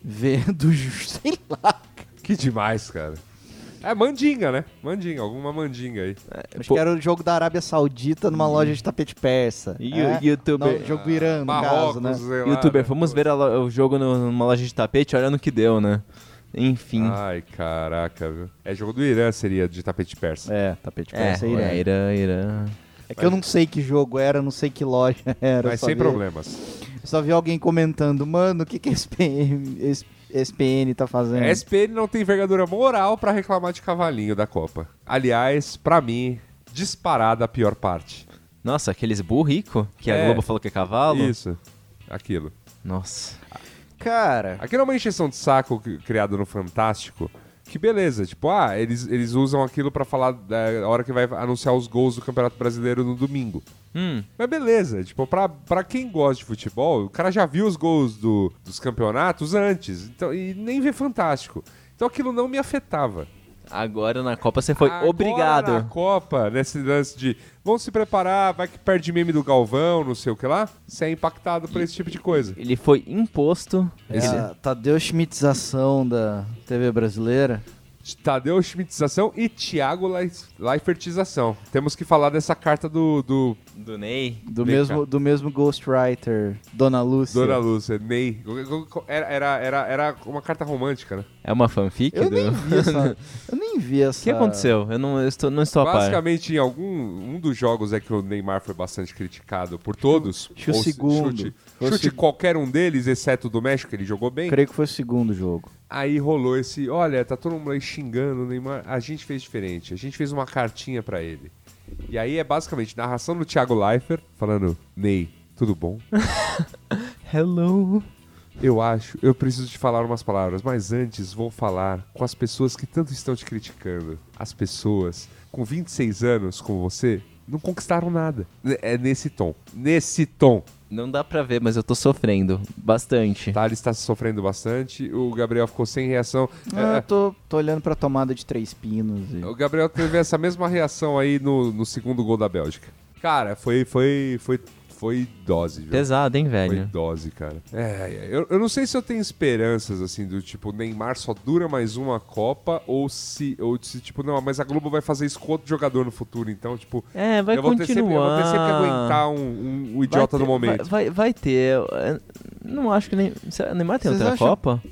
vendo. Sei lá.
Que demais, cara. É mandinga, né? Mandinga, alguma mandinga aí.
Acho
Pô.
que era o jogo da Arábia Saudita numa loja de tapete persa.
E
É?
o youtuber.
Não, jogo do Irã, no caso,
Marrocos,
né?
sei lá.
Youtuber,
né?
vamos ver a lo- o jogo no- numa loja de tapete, olha no que deu, né? Enfim.
Ai, caraca, viu? É jogo do Irã, seria de tapete persa.
É, tapete
é,
persa é, Irã.
ué, Irã, Irã.
É que eu não sei que jogo era, não sei que loja era.
Mas
só
sem
vi-
problemas.
Só vi alguém comentando, mano, o que que a SPM, es- SPN tá fazendo?
A SPN não tem envergadura moral pra reclamar de cavalinho da Copa. Aliás, pra mim, disparada a pior parte.
Nossa, aqueles burro rico que
É.
a Globo falou que é cavalo?
Isso. Aquilo.
Nossa.
Cara,
Aquilo é uma encheção de saco que- criado no Fantástico. Que beleza, tipo, ah, eles, eles usam aquilo pra falar da hora que vai anunciar os gols do Campeonato Brasileiro no domingo.
Hum.
Mas beleza, tipo, pra, pra quem gosta de futebol, o cara já viu os gols do- dos campeonatos antes, então, e nem vê Fantástico. Então aquilo não me afetava.
Agora na Copa você foi
Agora
obrigado.
Na Copa, nesse lance de vamos se preparar, vai que perde meme do Galvão, não sei o que lá, você é impactado por esse tipo de coisa.
Ele foi imposto.
é a Tadeu Schmittização da TV brasileira.
Tadeu Schmittização e Thiago Leif- Leifertização. Temos que falar dessa carta do, do
Do Ney.
Do
Vem
mesmo, do mesmo ghostwriter, Dona Lúcia.
Dona Lúcia, Ney. Era, era, era, era uma carta romântica, né?
É uma fanfic do.
Eu nem vi essa... eu nem vi essa...
O que aconteceu? Eu não eu estou, não estou a par.
Basicamente, em algum um dos jogos é que o Neymar foi bastante criticado por todos.
acho que o
Ou se-
segundo.
Chute,
Foi o
chute
seg-
qualquer um deles, exceto o do México, que ele jogou bem.
Creio que foi o segundo jogo.
Aí rolou esse, olha, tá todo mundo aí xingando o Neymar. A gente fez diferente, a gente fez uma cartinha pra ele. E aí é basicamente narração do Thiago Leifert falando, Ney, tudo bom?
Hello.
Eu acho, eu preciso te falar umas palavras, mas antes vou falar com as pessoas que tanto estão te criticando. As pessoas com 26 anos como você não conquistaram nada. N- É nesse tom. Nesse tom.
Não dá pra ver, mas eu tô sofrendo bastante.
Tá, ele está sofrendo bastante. O Gabriel ficou sem reação.
Ah,
É,
eu tô, tô olhando pra tomada de três pinos e...
O Gabriel teve essa mesma reação aí no, no segundo gol da Bélgica. Cara, foi, foi, foi, foi dose, viu?
Pesado, hein,
Né?
Foi
velho?
dose, cara. É, eu, eu não sei se eu tenho esperanças, assim, do tipo, Neymar só dura mais uma Copa, ou se, ou se tipo, não, mas a Globo vai fazer isso com outro jogador no futuro, então, tipo,
É, vai
eu, vou ter
continuar.
sempre, eu vou ter sempre que aguentar um, um- um
Vai
idiota
ter-
no momento.
Vai, vai, vai ter. eu, eh, Não acho que nem. será- Neymar tem
Vocês
outra
acham-
Copa?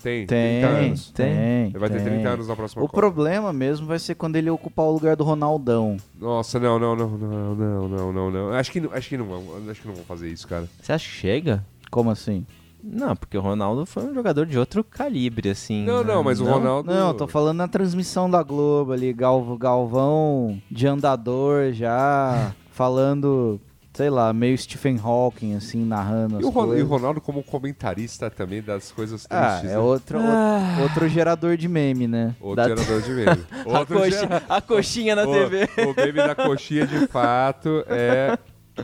Tem, 30
Tem,
anos.
tem.
Ele vai ter
tem.
30 anos na próxima
O
Copa.
problema mesmo vai ser quando ele ocupar o lugar do Ronaldão.
Nossa, não, não, não, não, não, não, não, não. Acho que, não- acho que não vão, acho que não vão fazer isso, cara.
Você acha que chega?
Como assim?
Não, porque o Ronaldo foi um jogador de outro calibre, assim.
Não,
né?
não, mas o Ronaldo.
Não, tô falando na transmissão da Globo ali, Galvo, Galvão de andador já, falando, sei lá, meio Stephen Hawking, assim, narrando as
E o, Ron-
coisas.
e o Ronaldo como comentarista também das coisas
Ah,
tristes.
é
né?
outro,
Ah.
outro, outro gerador de meme, né?
Outro
da-
gerador de meme.
A,
Outro
coxi-
gera-
a coxinha na TV.
O, o meme da coxinha, de fato, é,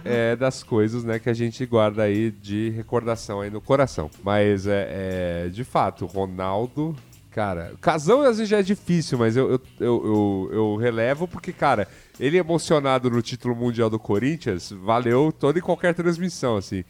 é das coisas né, que a gente guarda aí de recordação aí no coração. Mas, é, é, de fato, Ronaldo... Cara, casão às vezes já é difícil, mas eu, eu, eu, eu, eu relevo porque, cara, ele emocionado no título mundial do Corinthians, valeu toda e qualquer transmissão, assim.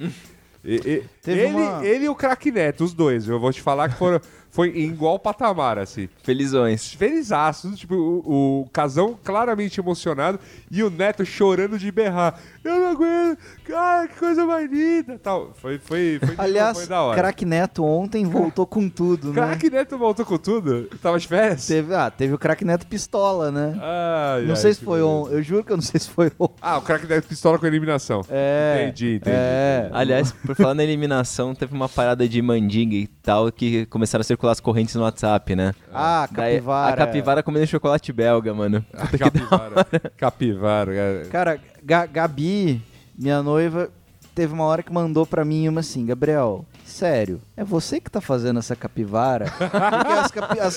E- e-
Teve
ele,
uma-
ele e o craque Neto, os dois, eu vou te falar que foram, foi em igual patamar, assim
Felizões.
felizaço, tipo, o, o Casão claramente emocionado e o Neto chorando de berrar. Eu não aguento, cara, que coisa mais linda, tal. Foi, foi, foi,
Aliás,
foi da hora.
Crack Neto ontem voltou com tudo, né?
Craque Neto voltou com tudo? Tava de férias?
Teve, ah, teve o Crack Neto pistola, né?
Ai,
não
ai,
sei se
que
foi
beleza.
ontem, eu juro que eu não sei se foi ontem.
Ah, o Craque Neto pistola com eliminação.
É,
Entendi, entendi.
é.
Aliás, por falar na eliminação, teve uma parada de mandinga e tal que começaram a circular as correntes no WhatsApp, né?
Ah,
Daí,
capivara.
a
é.
capivara comendo chocolate belga, mano.
Ah, Capivara. Capivara. é.
Cara, Ga- Gabi, minha noiva, teve uma hora que mandou pra mim uma assim, Gabriel, sério, é você que tá fazendo essa capivara? Porque as, capi- as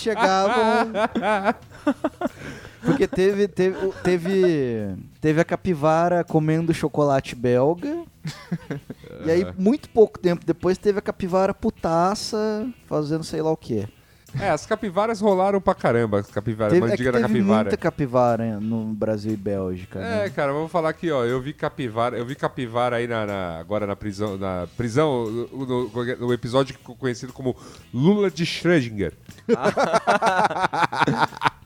chegavam... Porque teve, teve, o- teve, teve a capivara comendo chocolate belga, e
É.
aí muito pouco tempo depois teve a capivara putaça fazendo sei lá o quê.
É, as capivaras rolaram pra caramba. As capivaras,
Teve, é que
mandiga da
teve
capivara.
muita capivara no Brasil e Bélgica. né?
É, cara, vamos falar aqui, ó. Eu vi capivara, eu vi capivara aí na, na- agora na prisão, na prisão, no, no- no episódio co- conhecido como Lula de Schrödinger.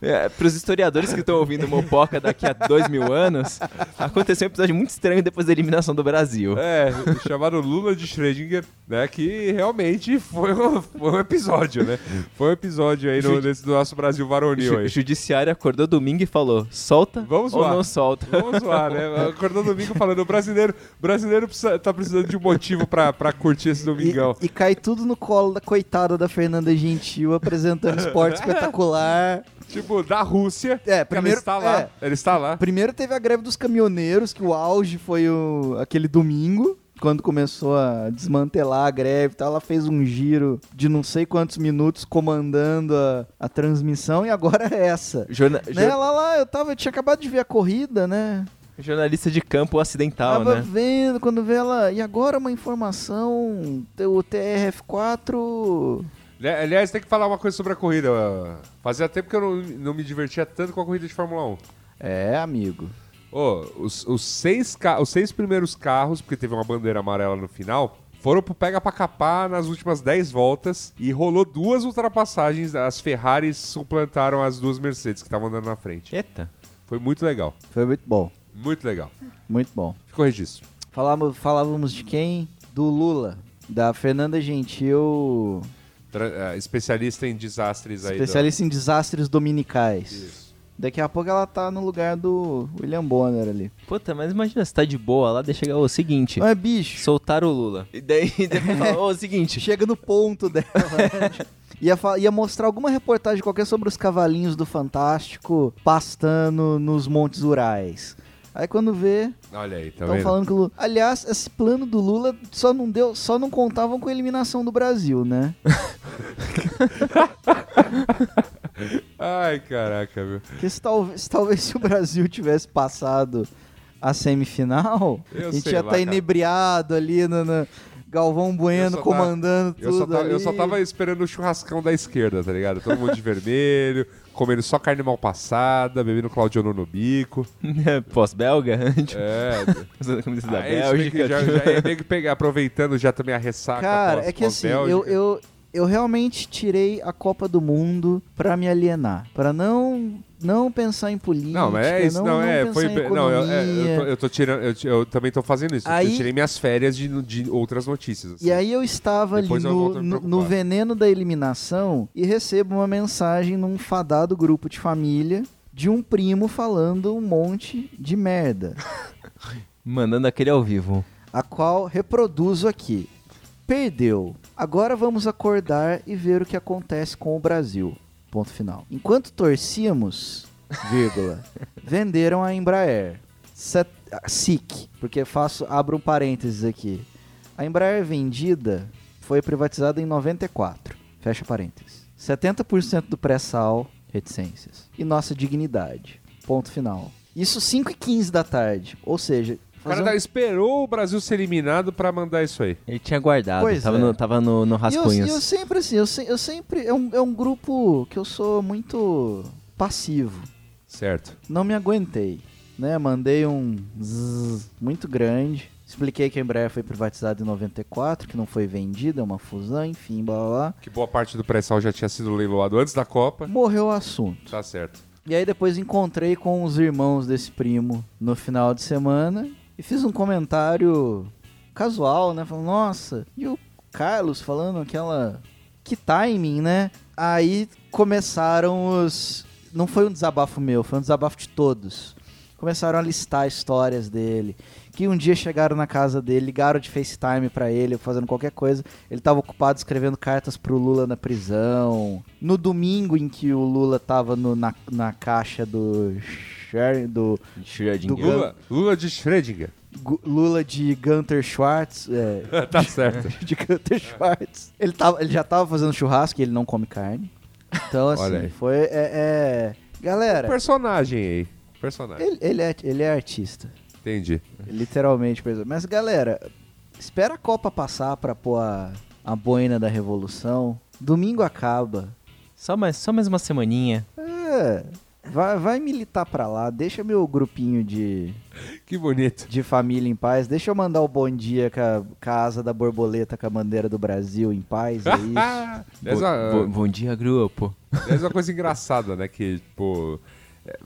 É, pros historiadores que estão ouvindo Mopoca daqui a dois mil anos, aconteceu um episódio muito estranho depois da eliminação do Brasil.
É, chamado Lula de Schrödinger, né? Que realmente foi um, foi um episódio, né? Foi um episódio aí no,
Gente-
nesse do nosso Brasil varonil
Ju-
aí.
O judiciário acordou domingo e falou: solta
Vamos
ou
zoar.
não solta.
Vamos lá, né? Acordou domingo falando, o brasileiro, brasileiro precisa- tá precisando de um motivo pra, pra curtir esse domingão.
E, e cai tudo no colo da coitada da Fernanda Gentil apresentando esporte espetacular.
Tipo, da Rússia,
É,
que
primeiro-
ela está lá.
é.
Ela está lá.
Primeiro teve a greve dos caminhoneiros, que o auge foi o- aquele domingo, quando começou a desmantelar a greve e tal. Ela fez um giro de não sei quantos minutos comandando a, a transmissão e agora é essa.
Jorna-
Né,
jor-
lá, lá, eu tava, eu tinha acabado de ver a corrida, né?
Jornalista de campo acidental,
Tava
né?
vendo, quando vê ela. E agora uma informação: o TRF4
Ali- Aliás, tem que falar uma coisa sobre a corrida. Fazia tempo que eu não, não me divertia tanto com a corrida de Fórmula 1.
É, amigo.
Ô, os, os seis, ca- os seis primeiros carros, porque teve uma bandeira amarela no final, foram pro pega pra capar nas últimas 10 voltas e rolou duas ultrapassagens. As Ferraris suplantaram as duas Mercedes que estavam andando na frente.
Eita.
Foi muito legal.
Foi muito bom.
Muito legal.
Muito bom.
Ficou registro.
Falava- falávamos de quem? Do Lula. Da Fernanda Gentil,
Tra- eh, especialista em desastres aí. da-
especialista em desastres dominicais.
Isso.
Daqui a pouco ela tá no lugar do William Bonner ali.
Puta, mas imagina, você tá de boa lá, deixa o seguinte.
Não é bicho?
Soltaram o Lula. E daí depois falou, ô, o seguinte.
Chega no ponto dela. né? ia, fa- ia mostrar alguma reportagem qualquer sobre os cavalinhos do Fantástico pastando nos Montes Urais. Aí quando vê,
Olha aí, tá
Estão
vendo?
falando que o Lula. Aliás, esse plano do Lula só não deu, só não contavam com a eliminação do Brasil, né?
Ai, caraca, meu.
Porque se talvez, se talvez se o Brasil tivesse passado a semifinal,
Eu
a gente
sei
ia
lá,
tá
cara.
inebriado ali no, no- Galvão
Eu
Bueno
só tá-
comandando
Eu
tudo
só, tava, eu
ali.
só tava esperando o churrascão da esquerda, tá ligado? Todo mundo de vermelho, comendo só carne mal passada, bebendo Claudiono no bico.
Pós-belga? Tipo,
É,
Usando a camisa da
Ah, é isso, meio
Bélgica. tipo,
que já, já é meio que pegar, aproveitando já também a ressaca.
Cara,
pós-
é que assim, eu,
pós-Bélgica.
eu, eu realmente tirei a Copa do Mundo pra me alienar. Pra não, não pensar em política.
Não, mas é isso, não, é.
pensar
Foi,
em
be- não, eu, é, eu
economia.
tô, eu tô tirando, eu, ti- eu também tô fazendo isso.
Aí-
eu tirei minhas férias de, de outras notícias. assim.
E aí eu estava ali
Depois eu
no,
volto a me
no-
preocupar.
no veneno da eliminação e recebo uma mensagem num fadado grupo de família de um primo falando um monte de merda,
Mandando aquele ao vivo.
a qual reproduzo aqui. Perdeu. Agora vamos acordar e ver o que acontece com o Brasil. Ponto final. Enquanto torcíamos, vírgula, venderam a Embraer. Set- ah, SIC, porque faço, abro um parênteses aqui. A Embraer vendida foi privatizada em 94. Fecha parênteses. 70% do pré-sal, reticências. E nossa dignidade. Ponto final. Isso 5 e 15 da tarde. Ou seja,
O cara
fazer um-
tá- esperou o Brasil ser eliminado pra mandar isso aí.
Ele tinha guardado,
Pois
tava,
é.
no, tava no, no
E eu-
rascunhos.
E eu, sempre, assim, eu, se- eu sempre. É um, é um grupo que eu sou muito passivo.
Certo.
Não me aguentei. Né? Mandei um zzz muito grande. Expliquei que a Embraer foi privatizada em 94, que não foi vendida, é uma fusão, enfim, blá blá blá.
Que boa parte do pré-sal já tinha sido leiloado antes da Copa.
Morreu o assunto.
Tá certo.
E aí depois encontrei com os irmãos desse primo no final de semana e fiz um comentário casual, né? Falando, nossa, e o Carlos falando aquela. Que timing, né? Aí começaram os. Não foi um desabafo meu, foi um desabafo de todos. Começaram a listar histórias dele. Que um dia chegaram na casa dele, ligaram de FaceTime pra ele, fazendo qualquer coisa. Ele tava ocupado escrevendo cartas pro Lula na prisão. No domingo em que o Lula tava no- na, na caixa do. Scher- do
Schrödinger.
Do Gun-
Lula, Lula de Schrödinger.
Gu- Lula de Gunter Schwartz. é,
tá certo.
de Gunter Schwartz. Ele, tava, ele já tava fazendo churrasco e ele não come carne. Então,
Olha
assim,
aí.
foi. É, é- Galera,
Personagem aí. Personagem.
ele, ele é, ele é artista.
Entendi.
Literalmente, por exemplo. Mas, galera, espera a Copa passar pra pôr a, a boina da Revolução. Domingo acaba.
Só, mais, só mais uma semaninha.
É, vai, vai militar pra lá. Deixa meu grupinho de,
Que bonito.
de família em paz. Deixa eu mandar o bom dia com a, com a asa da borboleta com a bandeira do Brasil em paz. É isso.
Essa-
Bo- bo- bom dia, grupo.
Aliás, é uma coisa engraçada, né? Que, pô. é,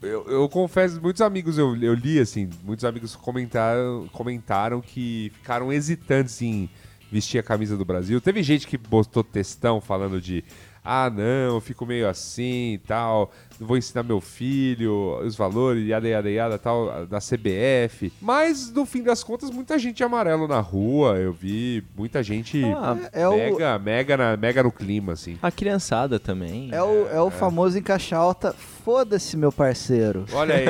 Eu, eu confesso, muitos amigos eu, eu li, assim, muitos amigos comentaram, comentaram que ficaram hesitantes em vestir a camisa do Brasil. Teve gente que botou textão falando de. Ah, não, eu fico meio assim e tal. Não vou ensinar meu filho os valores, yada, yada, yada, tal, da CBF. Mas, no fim das contas, muita gente é amarelo na rua. Eu vi muita gente
Ah,
é o-
mega, mega, na, mega no clima, assim.
A criançada também.
É o, é o famoso em caixa alta, foda-se, meu parceiro.
Olha aí.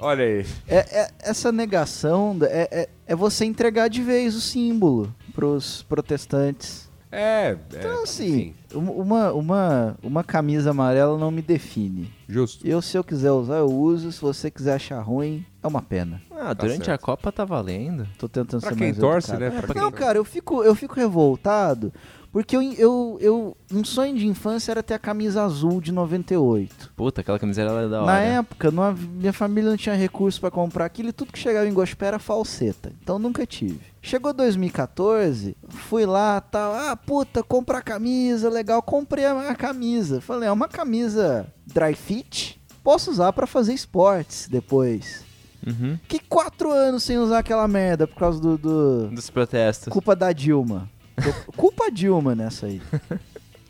Olha aí.
É, é- essa negação da- é, é, é você entregar de vez o símbolo pros protestantes.
É, é,
Então,
enfim,
assim, um- uma, uma, uma camisa amarela não me define.
justo.
Eu, se eu quiser usar, eu uso. Se você quiser achar ruim, é uma pena.
Ah, durante
certo.
a Copa tá valendo.
Tô tentando
Pra
ser
quem
mais
torce,
educado.
né? Pra quem
É, Não,
torce.
cara, eu fico, eu fico revoltado porque eu, eu, eu, um sonho de infância era ter a camisa azul de 98.
Puta, aquela camiseta era da hora.
Na época, não hav- minha família não tinha recurso pra comprar aquilo e tudo que chegava em Gospé era falseta. Então nunca tive. Chegou 2014, fui lá, tal, ah, puta, comprar camisa, legal, comprei a a camisa. Falei, é uma camisa dry fit, posso usar pra fazer esportes depois.
Uhum.
Fiquei quatro anos sem usar aquela merda por causa do- do...
Um Dos protestos.
Culpa da Dilma. Tô- Culpa a Dilma nessa aí.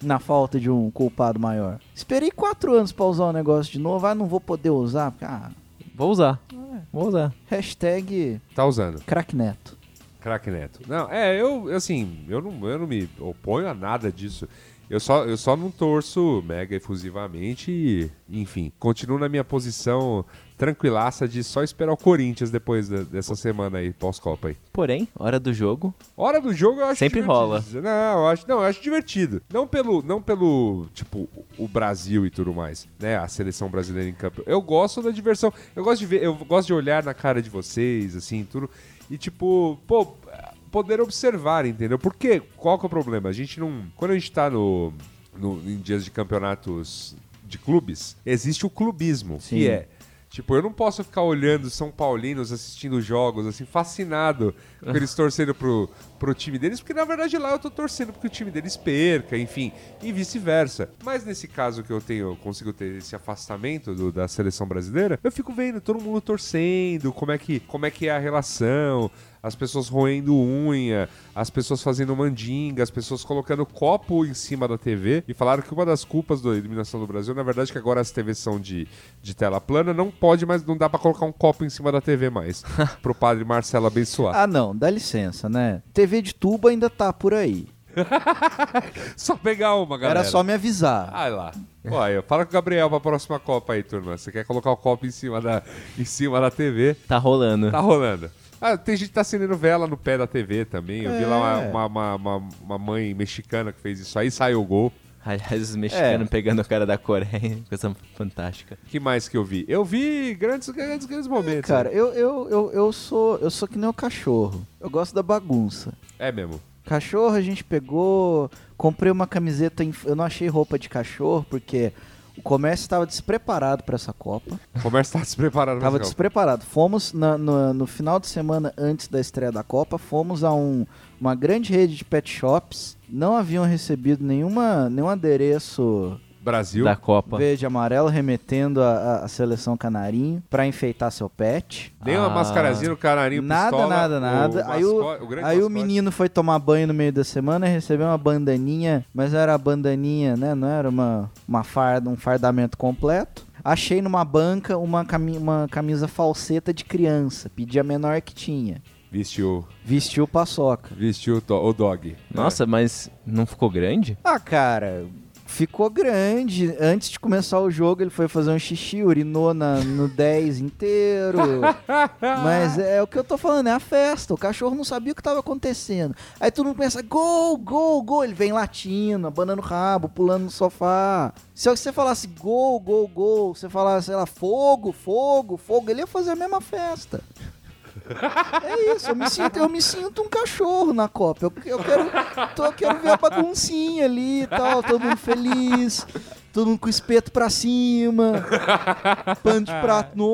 Na falta de um culpado maior. Esperei quatro anos pra usar o negócio de novo. Ah, não vou poder usar. Ah,
Vou usar.
É.
Vou usar.
hashtag
Tá usando.
crackneto.
Crack Neto. Não, é, eu, assim, eu não, eu não me oponho a nada disso. Eu só, eu só não torço mega efusivamente e, enfim, continuo na minha posição tranquilaça de só esperar o Corinthians depois da- dessa semana aí, pós-Copa aí.
Porém, hora do jogo.
Hora do jogo eu acho
Sempre
divertido.
rola.
Não, eu acho, não, eu acho divertido. Não pelo, não pelo, tipo, o Brasil e tudo mais, né? A seleção brasileira em campo. Eu gosto da diversão. Eu gosto de ver, eu gosto de olhar na cara de vocês, assim, tudo. E tipo, pô, poder observar, entendeu? Porque qual que é o problema? A gente não. Quando a gente tá no, no- em dias de campeonatos de clubes, existe o clubismo,
Sim.
que é. Tipo, eu não posso ficar olhando São Paulinos assistindo jogos, assim, fascinado com eles torcendo pro, pro time deles, porque na verdade lá eu tô torcendo porque o time deles perca, enfim, e vice-versa. Mas nesse caso que eu tenho, eu consigo ter esse afastamento do- da seleção brasileira, eu fico vendo todo mundo torcendo, como é que, como é, que é a relação, as pessoas roendo unha, as pessoas fazendo mandinga, as pessoas colocando copo em cima da TV e falaram que uma das culpas da eliminação do Brasil, na verdade, é que agora as TVs são de, de tela plana, não pode mais, não dá pra colocar um copo em cima da TV mais, pro padre Marcelo abençoar.
Ah, não, dá licença, né? TV de tubo ainda tá por aí.
Só pegar uma, galera. Ah,
Ah. Era só me avisar.
Ai lá. Olha, fala com o Gabriel pra próxima Copa aí, turma. Você quer colocar o copo em cima da, em cima da TV?
Tá rolando.
Tá rolando. Ah, tem gente que tá acendendo vela no pé da TV também. Eu vi lá
É.
uma, uma, uma, uma- uma mãe mexicana que fez isso aí, saiu o gol.
Aliás, os mexicanos
É.
pegando o cara da Coreia, coisa fantástica.
que mais que eu vi? Eu vi grandes, grandes, grandes
É,
momentos. né?
Cara, eu, eu, eu, eu sou eu sou que nem o cachorro. Eu gosto da bagunça.
É mesmo.
Cachorro a gente pegou, comprei uma camiseta, em- eu não achei roupa de cachorro porque o comércio estava despreparado para essa Copa.
O comércio tá despreparado.
Tava
mas calma.
despreparado. Fomos na- no, no final de semana antes da estreia da Copa, fomos a um- uma grande rede de pet shops. Não haviam recebido nenhuma, nenhum adereço
Brasil.
Da Copa.
verde e amarelo remetendo a, a- a seleção canarinho para enfeitar seu pet.
Dei uma
Ah.
mascarazinha no canarinho,
Nada,
pistola.
nada, nada. aí o,
mascote- grande
aí o
mascote.
menino foi tomar banho no meio da semana e recebeu uma bandaninha, mas era a bandaninha, né? Não era uma, uma farda, um fardamento completo. Achei numa banca uma, cami- uma camisa falseta de criança, pedi a menor que tinha.
Vestiu,
Vestiu paçoca.
vestiu o, to- o dog.
Nossa, mas não ficou grande?
Ah, cara, ficou grande. Antes de começar o jogo, ele foi fazer um xixi, urinou na- no 10 inteiro. Mas é o que eu tô falando, é a festa. O cachorro não sabia o que tava acontecendo. Aí todo mundo pensa, gol, gol, gol. Ele vem latindo, abanando o rabo, pulando no sofá. Se você falasse gol, gol, gol, você falasse, sei lá, fogo, fogo, fogo, ele ia fazer a mesma festa. É isso, eu me sinto, eu me sinto um cachorro na Copa. Eu, eu quero, tô- eu quero ver a baguncinha ali e tal, todo mundo feliz, todo mundo com o espeto pra cima, pano de prato no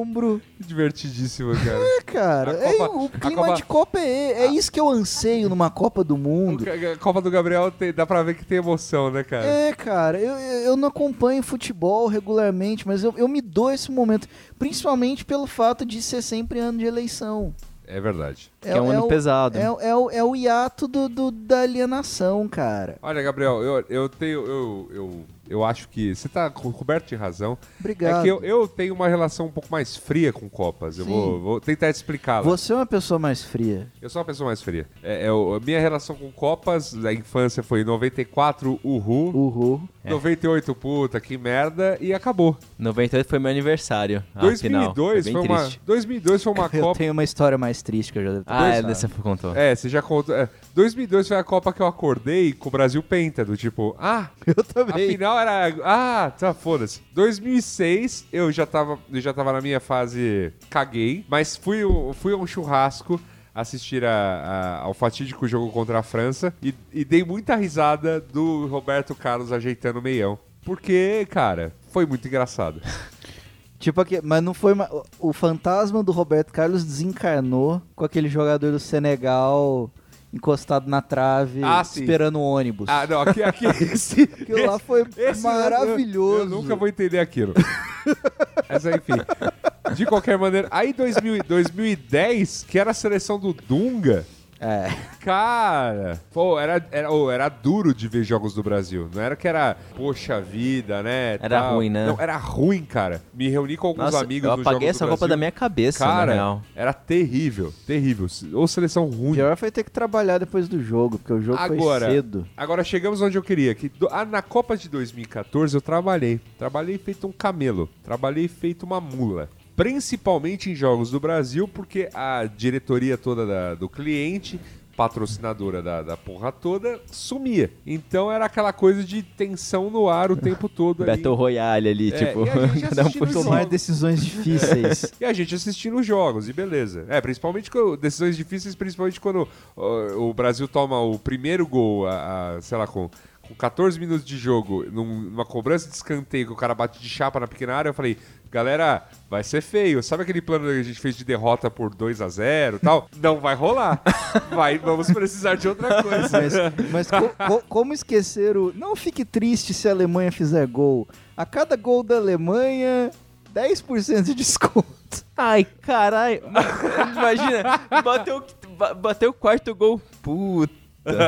ombro.
Divertidíssimo, cara.
É, cara,
A
é,
Copa-
o
a
clima
Copa- Ah.
de Copa é, é isso que eu anseio numa Copa do Mundo.
A Copa do Gabriel tem- dá pra ver que tem emoção, né, cara?
É, cara, eu, eu eu não acompanho futebol regularmente, mas eu, eu me dou esse momento, principalmente pelo fato de ser sempre ano de eleição.
É verdade.
Que é um ano
o-
pesado.
É, o- é o, é o hiato do, do- da alienação, cara.
Olha, Gabriel, eu, eu tenho. Eu, eu, eu acho que. Você tá co- coberto de razão.
Obrigado.
É que eu, eu tenho uma relação um pouco mais fria com Copas. Eu
Sim.
vou, vou tentar te explicá-la.
Você é uma pessoa mais fria.
Eu sou uma pessoa mais fria. É, é o- a minha relação com Copas, a infância foi 94, uhu.
Uhul. É.
98, puta, que merda. E acabou.
98 foi meu aniversário. Ah, afinal,
2002 foi,
foi, bem
uma,
triste.
2002 foi uma
É Eu
Copa.
tenho uma história mais triste que eu já devo ter
Ah, é,
contado.
você contou.
É, você já contou. é, 2002 foi a Copa que eu acordei com o Brasil penta, do tipo, ah,
Eu também.
afinal era. Ah, tá, foda-se. 2006 eu já tava, eu já tava na minha fase caguei, mas fui, o- fui a um churrasco assistir a- a- ao fatídico jogo contra a França e, e dei muita risada do Roberto Carlos ajeitando o meião. Porque, cara, foi muito engraçado.
Tipo aqui, mas não foi uma, o- o fantasma do Roberto Carlos desencarnou com aquele jogador do Senegal encostado na trave,
Ah, sim.
esperando o ônibus.
Ah, não, aqui, aqui esse.
Aquilo lá foi maravilhoso.
Eu, eu nunca vou entender aquilo. Mas enfim. De qualquer maneira, aí 2000, e 2010, que era a seleção do Dunga,
É.
cara, pô, era, era, ô, era duro de ver jogos do Brasil. Não era que era, poxa vida, né?
Era ruim, né?
Não, era ruim, cara. Me reuni com alguns
Nossa,
amigos
eu
nos
apaguei
jogos
essa
do
Copa
Brasil.
da minha cabeça, na
Cara,
real.
era terrível, terrível. Ou seleção ruim.
Pior foi ter que trabalhar depois do jogo, porque o jogo
Agora,
foi cedo.
agora chegamos onde eu queria. Que do- ah, na Copa de 2014 eu trabalhei. Trabalhei feito um camelo. Trabalhei feito uma mula. Principalmente em jogos do Brasil, porque a diretoria toda da- do cliente patrocinadora da, da porra toda, sumia. Então era aquela coisa de tensão no ar o tempo todo. ali.
Battle Royale ali,
É,
tipo,
e a gente
cada um
assistindo
por si.
jogos.
Tomar decisões difíceis.
E a gente assistindo os jogos, e beleza. É, principalmente quando- decisões difíceis, principalmente quando ó, o Brasil toma o primeiro gol, a, a, sei lá, com, com 14 minutos de jogo, num- numa cobrança de escanteio que o cara bate de chapa na pequena área, eu falei, galera, vai ser feio. Sabe aquele plano que a gente fez de derrota por 2 a 0 e tal? Não vai rolar. Vai, vamos precisar de outra coisa.
Mas, mas co- co- como esquecer o. Não fique triste se a Alemanha fizer gol. A cada gol da Alemanha, 10% de desconto.
Ai, caralho. Imagina, bateu, ba- bateu o quarto gol. Puta.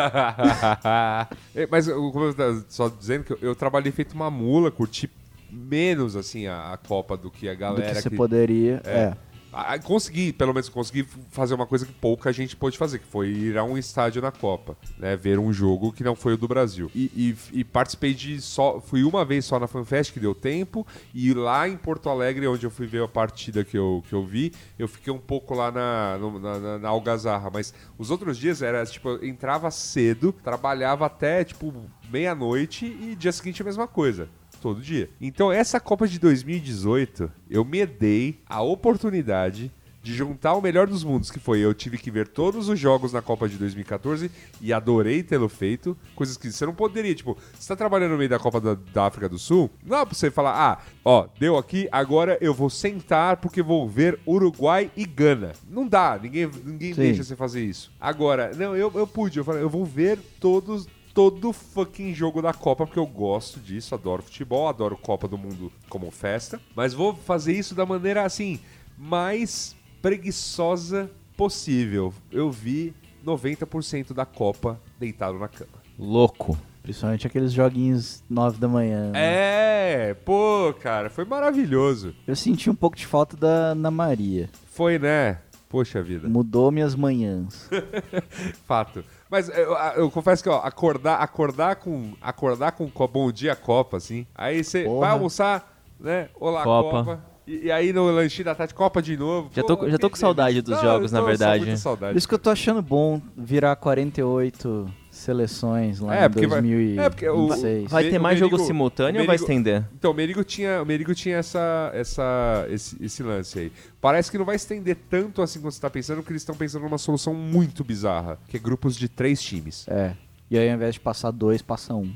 É, Mas o- como eu tava só dizendo que eu, eu trabalhei feito uma mula, curti menos assim a, a Copa do que a
Do
galera
que você
que-
poderia. É.
Ah, consegui, pelo menos consegui f- fazer uma coisa que pouca gente pôde fazer, que foi ir a um estádio na Copa, né? Ver um jogo que não foi o do Brasil. E, e- e participei de só. Fui uma vez só na FanFest, que deu tempo, e lá em Porto Alegre, onde eu fui ver a partida que eu, que eu vi, eu fiquei um pouco lá na, no- na, na- na Algazarra. Mas os outros dias era tipo, eu entrava cedo, trabalhava até tipo meia-noite e dia seguinte a mesma coisa todo dia. Então, essa Copa de 2018, eu me dei a oportunidade de juntar o melhor dos mundos, que foi eu tive que ver todos os jogos na Copa de 2014 e adorei tê-lo feito. Coisas que você não poderia, tipo, você tá trabalhando no meio da Copa da, da África do Sul, não é pra você falar, ah, ó, deu aqui, agora eu vou sentar porque vou ver Uruguai e Gana. Não dá, ninguém, ninguém
Sim.
deixa você fazer isso. Agora, não, eu, eu pude, eu falei, eu vou ver todos todo fucking jogo da Copa, porque eu gosto disso, adoro futebol, adoro Copa do Mundo como festa, mas vou fazer isso da maneira assim, mais preguiçosa possível. Eu vi 90% da Copa deitado na cama.
Louco.
Principalmente aqueles joguinhos 9 da manhã.
É, pô, cara, foi maravilhoso.
Eu senti um pouco de falta da Ana Maria.
Foi, né? Poxa vida.
Mudou minhas manhãs.
Fato. Mas é, eu, eu confesso que ó, acordar, acordar com acordar com um co- bom dia Copa, assim. Aí você
Porra.
vai almoçar, né? Olá Copa.
Copa.
E, e aí no lanchinho da tarde Copa de novo.
Já tô- já tô
que
com saudade dos jogos,
eu
na
tô- eu sou
verdade.
muito saudade.
Por isso que eu tô achando bom virar 48 seleções lá
É,
em
porque vai- é, porque o-
2026.
Vai
Me-
ter
o
mais jogo
Merigo-
simultâneo
o
ou vai
Merigo-
estender?
Então, o Merigo tinha, o Merigo tinha essa, essa, esse, esse lance aí. Parece que não vai estender tanto assim quanto você tá pensando, porque eles estão pensando numa solução muito bizarra, que é grupos de três times.
É. E aí ao invés de passar dois, passa um.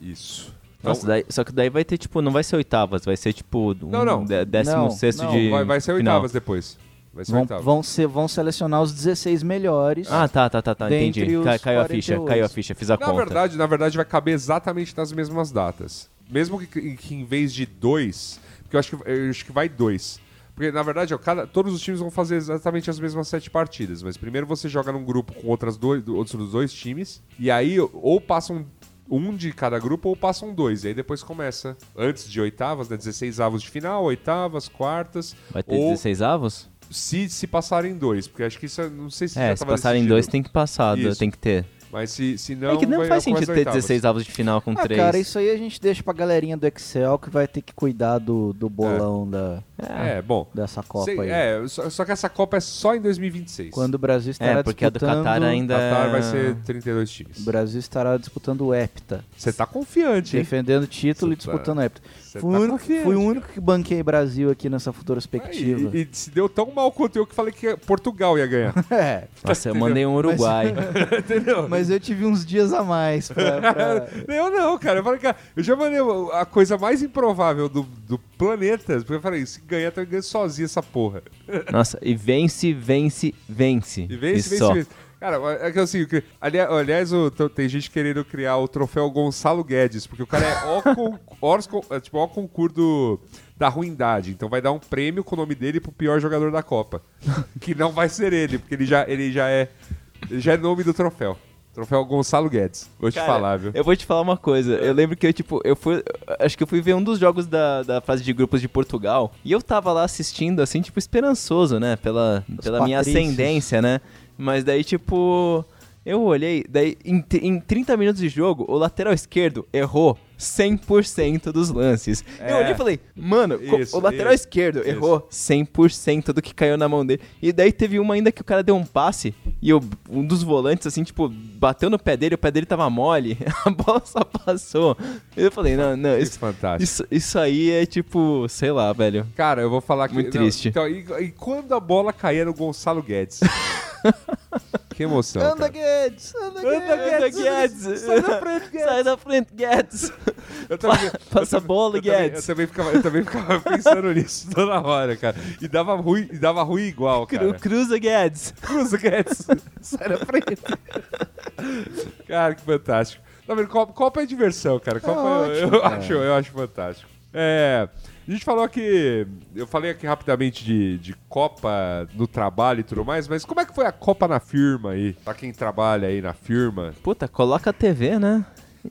Isso. Então,
Nossa, daí- só que daí vai ter, tipo, não vai ser oitavas, vai ser, tipo, um
Não, não.
dé- décimo
Não,
sexto
não,
de
vai, vai ser
final.
oitavas depois. Vai ser
Vão,
oitavas.
vão, ser, vão selecionar os 16 melhores.
Ah, tá, tá, tá, tá,
Dentre
entendi.
os
Cai- caiu a ficha,
48.
caiu a ficha, fiz a
Na
conta.
verdade, na verdade, vai caber exatamente nas mesmas datas. Mesmo que, que em vez de dois, porque eu acho que, eu acho que vai dois. Porque, na verdade, ó, cada- todos os times vão fazer exatamente as mesmas sete partidas. Mas primeiro você joga num grupo com outras dois, outros dois times. E aí, ou passam um de cada grupo, ou passam dois. E aí depois começa, antes de oitavas, né? 16 avos de final, oitavas, quartas.
Vai ter
ou
16 avos?
se, se passarem dois. Porque acho que isso, eu não sei se
É,
já
se
tava
passarem
decidido.
dois tem que passar,
Isso.
tem que ter.
Mas se, se não...
é que não
vai-
faz
começa
sentido ter
oitavas.
16 avos de final com
Ah,
três.
cara, isso aí a gente deixa pra galerinha do Excel que vai ter que cuidar do, do bolão da,
É, bom.
dessa Copa
Sei-
aí.
É, só, só que essa Copa é só em 2026.
Quando o Brasil estará
É, porque a do
disputando...
Qatar ainda...
Qatar vai ser 32 times.
O Brasil estará disputando o Hepta.
Você tá confiante, hein?
Defendendo o título e
Você tá-
disputando o Hepta.
você
Fui,
tá
o único,
confiante,
fui o único que banquei Brasil aqui nessa futurospectiva.
E, e- e se deu tão mal quanto eu que falei que Portugal ia ganhar.
É,
Nossa, eu mandei um Uruguai.
Entendeu?
mas eu tive uns dias a mais pra... pra-
Eu não, cara. Eu falei, cara, eu já mandei a coisa mais improvável do, do planeta. Porque eu falei, se ganhar, tá ganhando sozinho essa porra.
Nossa, e vence, vence, vence.
E vence, vence,
só.
vence. Cara, é que assim, que- ali- aliás, o- t- tem gente querendo criar o troféu Gonçalo Guedes, porque o cara é ó con- ors- con- é tipo, ó concurso do- da ruindade. Então vai dar um prêmio com o nome dele pro pior jogador da Copa. Que não vai ser ele, porque ele já, ele já é. Ele já é nome do troféu. Troféu Gonçalo Guedes. Vou te
Cara,
falar, viu?
Eu vou te falar uma coisa. Eu lembro que eu, tipo, eu fui. Acho que eu fui ver um dos jogos da, da fase de grupos de Portugal. E eu tava lá assistindo, assim, tipo, esperançoso, né? Pela, pela minha
patrícios.
ascendência, né? Mas daí, tipo. Eu olhei, daí em, tr- em 30 minutos de jogo, o lateral esquerdo errou 100% dos lances.
É.
Eu olhei e falei, mano, co-
Isso,
o lateral
isso,
esquerdo
isso.
errou 100% do que caiu na mão dele. E daí teve uma ainda que o cara deu um passe e o- um dos volantes, assim, tipo, bateu no pé dele, o pé dele tava mole, a bola só passou. Eu falei, não, não,
Que
isso,
fantástico.
isso, isso aí é tipo, sei lá, velho.
Cara, eu vou falar que.
Muito
não,
triste.
então, e, e quando a bola caía no Gonçalo Guedes? que emoção. cara.
Anda, Guedes! Anda,
tá. Anda,
Guedes!
Guedes! Sai da frente, Guedes! Sai da frente, Guedes!
Eu também-
Passa a bola,
eu também-
Guedes!
Eu também, ficava, eu também ficava pensando nisso toda hora, cara. E dava ruim, e dava ruim igual,
Cru,
cara.
cruza, Guedes!
Cruza Guedes. Sai da frente. cara, que fantástico. Tá vendo? Copa, Copa é diversão, cara. Copa eu- eu, acho, eu acho fantástico. É, a gente falou aqui. Eu falei aqui rapidamente de, de Copa no trabalho e tudo mais, mas como é que foi a Copa na firma aí? Pra quem trabalha aí na firma.
Puta, coloca a TV, né?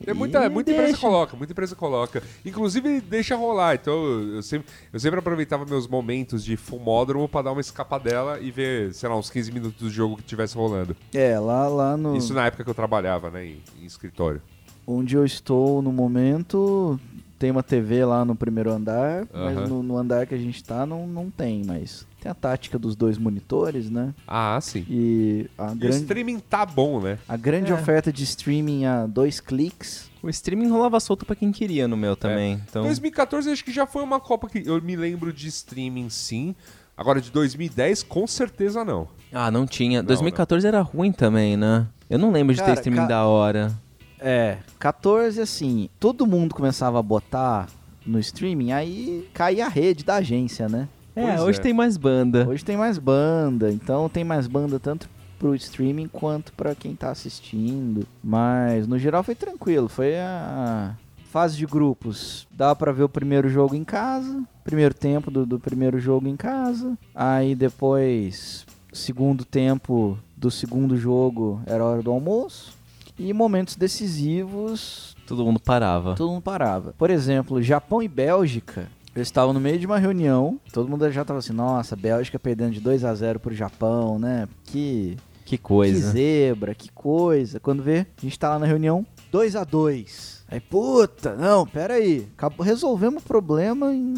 É muita,
E
muita
deixa.
empresa coloca, muita empresa coloca. Inclusive deixa rolar. Então eu eu sempre, eu sempre aproveitava meus momentos de fumódromo pra dar uma escapadela e ver, sei lá, uns 15 minutos do jogo que tivesse rolando.
É, lá, lá no.
Isso na época que eu trabalhava, né, em, em escritório.
Onde eu estou no momento, tem uma TV lá no primeiro andar,
Aham.
mas no, no andar que a gente tá não, não tem, mas tem a tática dos dois monitores, né?
Ah, sim.
E a
E o
grande,
streaming tá bom, né?
a grande oferta de streaming a dois cliques.
O streaming rolava solto pra quem queria no meu também. Então,
2014 acho que já foi uma Copa que eu me lembro de streaming, sim. Agora de 2010, com certeza não.
ah, não tinha. 2014 era ruim também, né? Eu não lembro de ter
Cara,
streaming
ca-
da hora.
É, 14 assim, todo mundo começava a botar no streaming, aí caía a rede da agência, né?
É,
Pois
hoje
é.
tem mais banda.
Hoje tem mais banda, então tem mais banda tanto pro streaming quanto pra quem tá assistindo. Mas no geral foi tranquilo, foi a fase de grupos. Dá pra ver o primeiro jogo em casa, primeiro tempo do, do primeiro jogo em casa, aí depois segundo tempo do segundo jogo era a hora do almoço. E momentos decisivos,
Todo mundo parava.
todo mundo parava. Por exemplo, Japão e Bélgica. Eu estava no meio de uma reunião, todo mundo já estava assim, nossa, Bélgica perdendo de 2 a 0 pro Japão, né? Que,
Que
que
coisa.
zebra, que coisa. Quando vê, a gente tá lá na reunião, 2 a 2 Aí, puta, não, pera aí. Acabou, resolvemos o problema e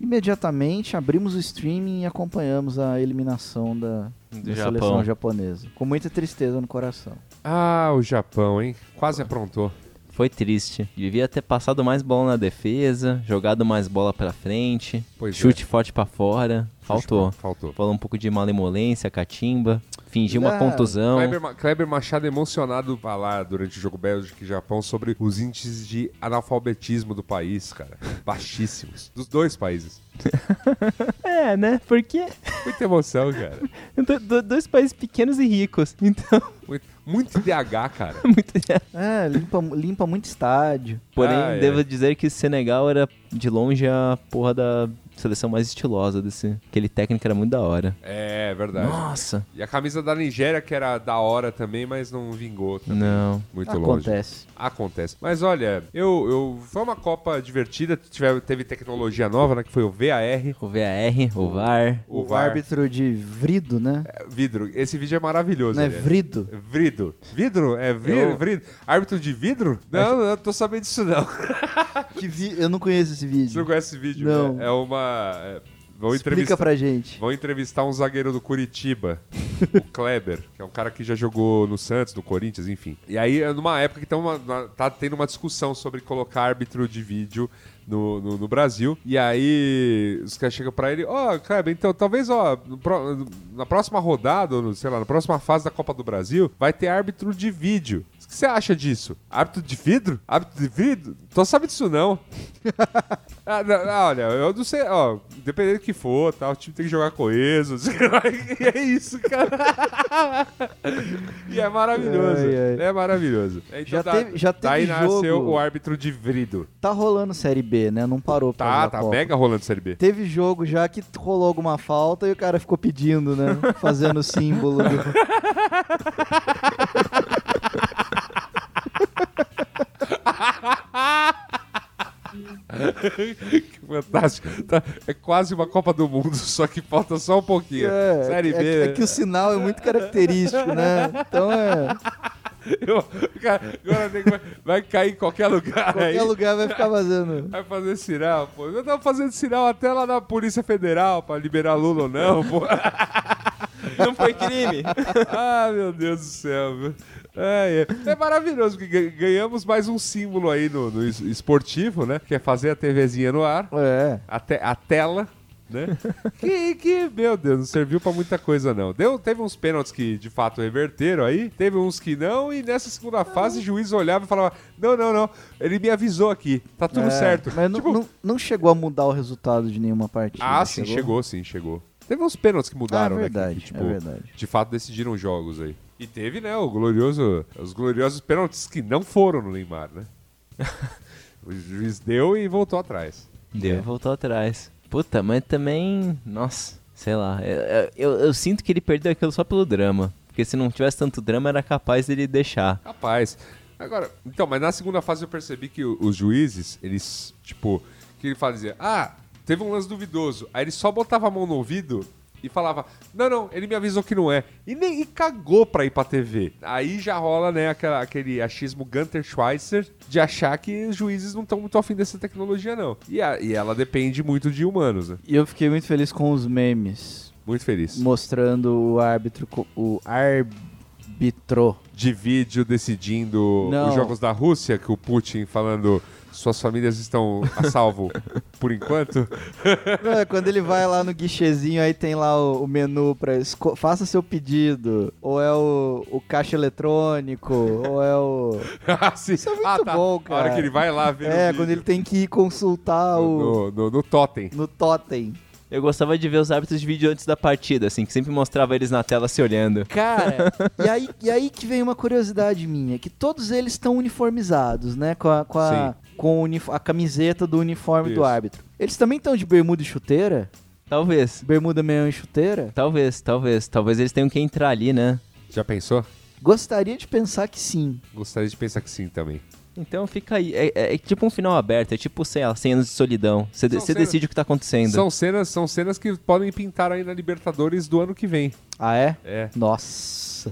imediatamente abrimos o streaming e acompanhamos a eliminação da,
Do
da
Japão.
seleção japonesa. Com muita tristeza no coração.
Ah, o Japão, hein? Quase aprontou.
Foi triste. Devia ter passado mais bola na defesa, jogado mais bola pra frente,
Pois é.
chute forte pra fora. Faltou.
Faltou.
Falou um pouco de malemolência, catimba, fingiu uma
Ah,
contusão.
Kleber, Ma- Kleber Machado emocionado falar durante o jogo Bélgica e Japão sobre os índices de analfabetismo do país, cara. Baixíssimos. Dos dois países.
É, né? Porque
Muita emoção, cara.
do- do- dois países pequenos e ricos. Então,
Muito, muito IDH, cara.
muito.
É, limpa, limpa muito estádio.
Porém,
Ah, é.
devo dizer que Senegal era de longe a porra da seleção mais estilosa desse. Aquele técnico era muito da hora.
É, verdade.
Nossa!
E a camisa da Nigéria, que era da hora também, mas não vingou também.
Não.
Muito longe.
Acontece.
Acontece. Mas olha, eu, eu foi uma Copa divertida, tiver, teve tecnologia nova, né? Que foi o VAR.
O VAR, o VAR.
O,
O,
VAR.
árbitro de Vrido, né?
Vidro. Esse vídeo é maravilhoso.
Não é
aliás.
Vrido?
Vidro. Vidro? É vidro?
Eu-
vidro. Árbitro de vidro? Não, eu não tô sabendo disso não.
Que vi- Eu não conheço esse
Você não
vídeo.
conhece esse vídeo?
Não.
É, é uma... é, vão,
Explica
entrevistar,
pra gente.
vão entrevistar um zagueiro do Curitiba, o Kleber, que é um cara que já jogou no Santos, no Corinthians, enfim. E aí, é numa época que tá, uma- na- tá tendo uma discussão sobre colocar árbitro de vídeo no, no- no Brasil. E aí, os caras chegam pra ele, ó, Kleber, então talvez, ó, no pró- na próxima rodada, ou no- sei lá, na próxima fase da Copa do Brasil, vai ter árbitro de vídeo. O que você acha disso? Árbitro de vidro? Árbitro de vidro? Tô sabendo disso não. Ah, não, não, olha, eu não sei, ó, dependendo do que for, tal, o time tem que jogar coeso, sei lá, e é isso, cara. e é maravilhoso,
Ai, ai.
é maravilhoso. Então,
Já teve- já teve
daí nasceu
jogo.
o árbitro de vidro.
Tá rolando Série B, né? Não parou pra
Tá,
jogar
tá
Copa.
mega rolando Série B.
Teve jogo já que rolou alguma falta e o cara ficou pedindo, né? Fazendo o símbolo. do-
Que fantástico. Tá- é quase uma Copa do Mundo, só que falta só um pouquinho.
É,
Série
é-
B. né?
é que o sinal é muito característico, né? Então é.
eu- cara, agora tem que- vai, vai cair em qualquer lugar. aí.
Qualquer lugar vai ficar fazendo.
Vai fazer sinal, pô. Eu tava fazendo sinal até lá na Polícia Federal pra liberar Lula ou não, pô.
Não foi crime.
Ah, meu Deus do céu, viu? Ai, É, é maravilhoso, porque gan- ganhamos mais um símbolo aí no, no es- esportivo, né? Que é fazer a TVzinha no ar,
É.
a, te- a tela, né? Que, que, meu Deus, não serviu pra muita coisa, não. Deu, teve uns pênaltis que, de fato, reverteram aí, teve uns que não, e nessa segunda
Ah.
fase o juiz olhava e falava, não, não, não, ele me avisou aqui, tá tudo
é.
certo.
Mas não,
Tipo,
não, não chegou a mudar o resultado de nenhuma partida.
ah, sim, chegou? sim, chegou. Teve uns pênaltis que mudaram,
Ah, é
né?
verdade,
que- que,
é verdade.
De fato decidiram os jogos aí. E teve, né, o glorioso, os gloriosos pênaltis que não foram no Neymar, né? o juiz deu e voltou atrás.
Deu. Voltou atrás. Puta, mas também. Nossa, sei lá. Eu, eu- eu sinto que ele perdeu aquilo só pelo drama. Porque se não tivesse tanto drama, era capaz dele deixar.
Capaz. Agora, então, mas na segunda fase eu percebi que o- os juízes, eles, tipo, que ele fazia, ah, teve um lance duvidoso. Aí ele só botava a mão no ouvido e falava, não, não, ele me avisou que não é. E nem e cagou pra ir pra TV. Aí já rola, né, aquela- aquele achismo Gunter Schweitzer de achar que os juízes não estão muito afim dessa tecnologia, não. E, a- e ela depende muito de humanos, né?
E eu fiquei muito feliz com os memes
Muito feliz.
mostrando o árbitro. co- O árbitro.
de vídeo decidindo
Não.
os jogos da Rússia, que o Putin falando suas famílias estão a salvo por enquanto.
Não, é quando ele vai lá no guichezinho, aí tem lá o, o menu pra. esco- Faça seu pedido. Ou é o, o caixa eletrônico. ou é o.
Assim,
Isso é muito
ah, tá.
bom,
A hora
cara.
que ele vai lá ver
É,
o vídeo
quando ele tem que ir consultar o.
no, no, no totem.
No totem.
Eu gostava de ver os árbitros de vídeo antes da partida, assim, que sempre mostrava eles na tela se olhando.
Cara, e aí, e aí que vem uma curiosidade minha, que todos eles estão uniformizados, né? Com a, com a, com o uni- a camiseta do uniforme
Isso.
do árbitro. Eles também estão de bermuda e chuteira?
Talvez.
Bermuda, meião e chuteira?
Talvez, talvez. Talvez eles tenham que entrar ali, né?
Já pensou?
Gostaria de pensar que sim.
Gostaria de pensar que sim também.
Então fica aí. É, é- é tipo um final aberto, é tipo, sei lá, 100 anos de solidão. Você de-
São
você
cenas-
decide o que tá acontecendo.
São cenas, são cenas que podem pintar aí na Libertadores do ano que vem.
Ah, é?
É.
Nossa.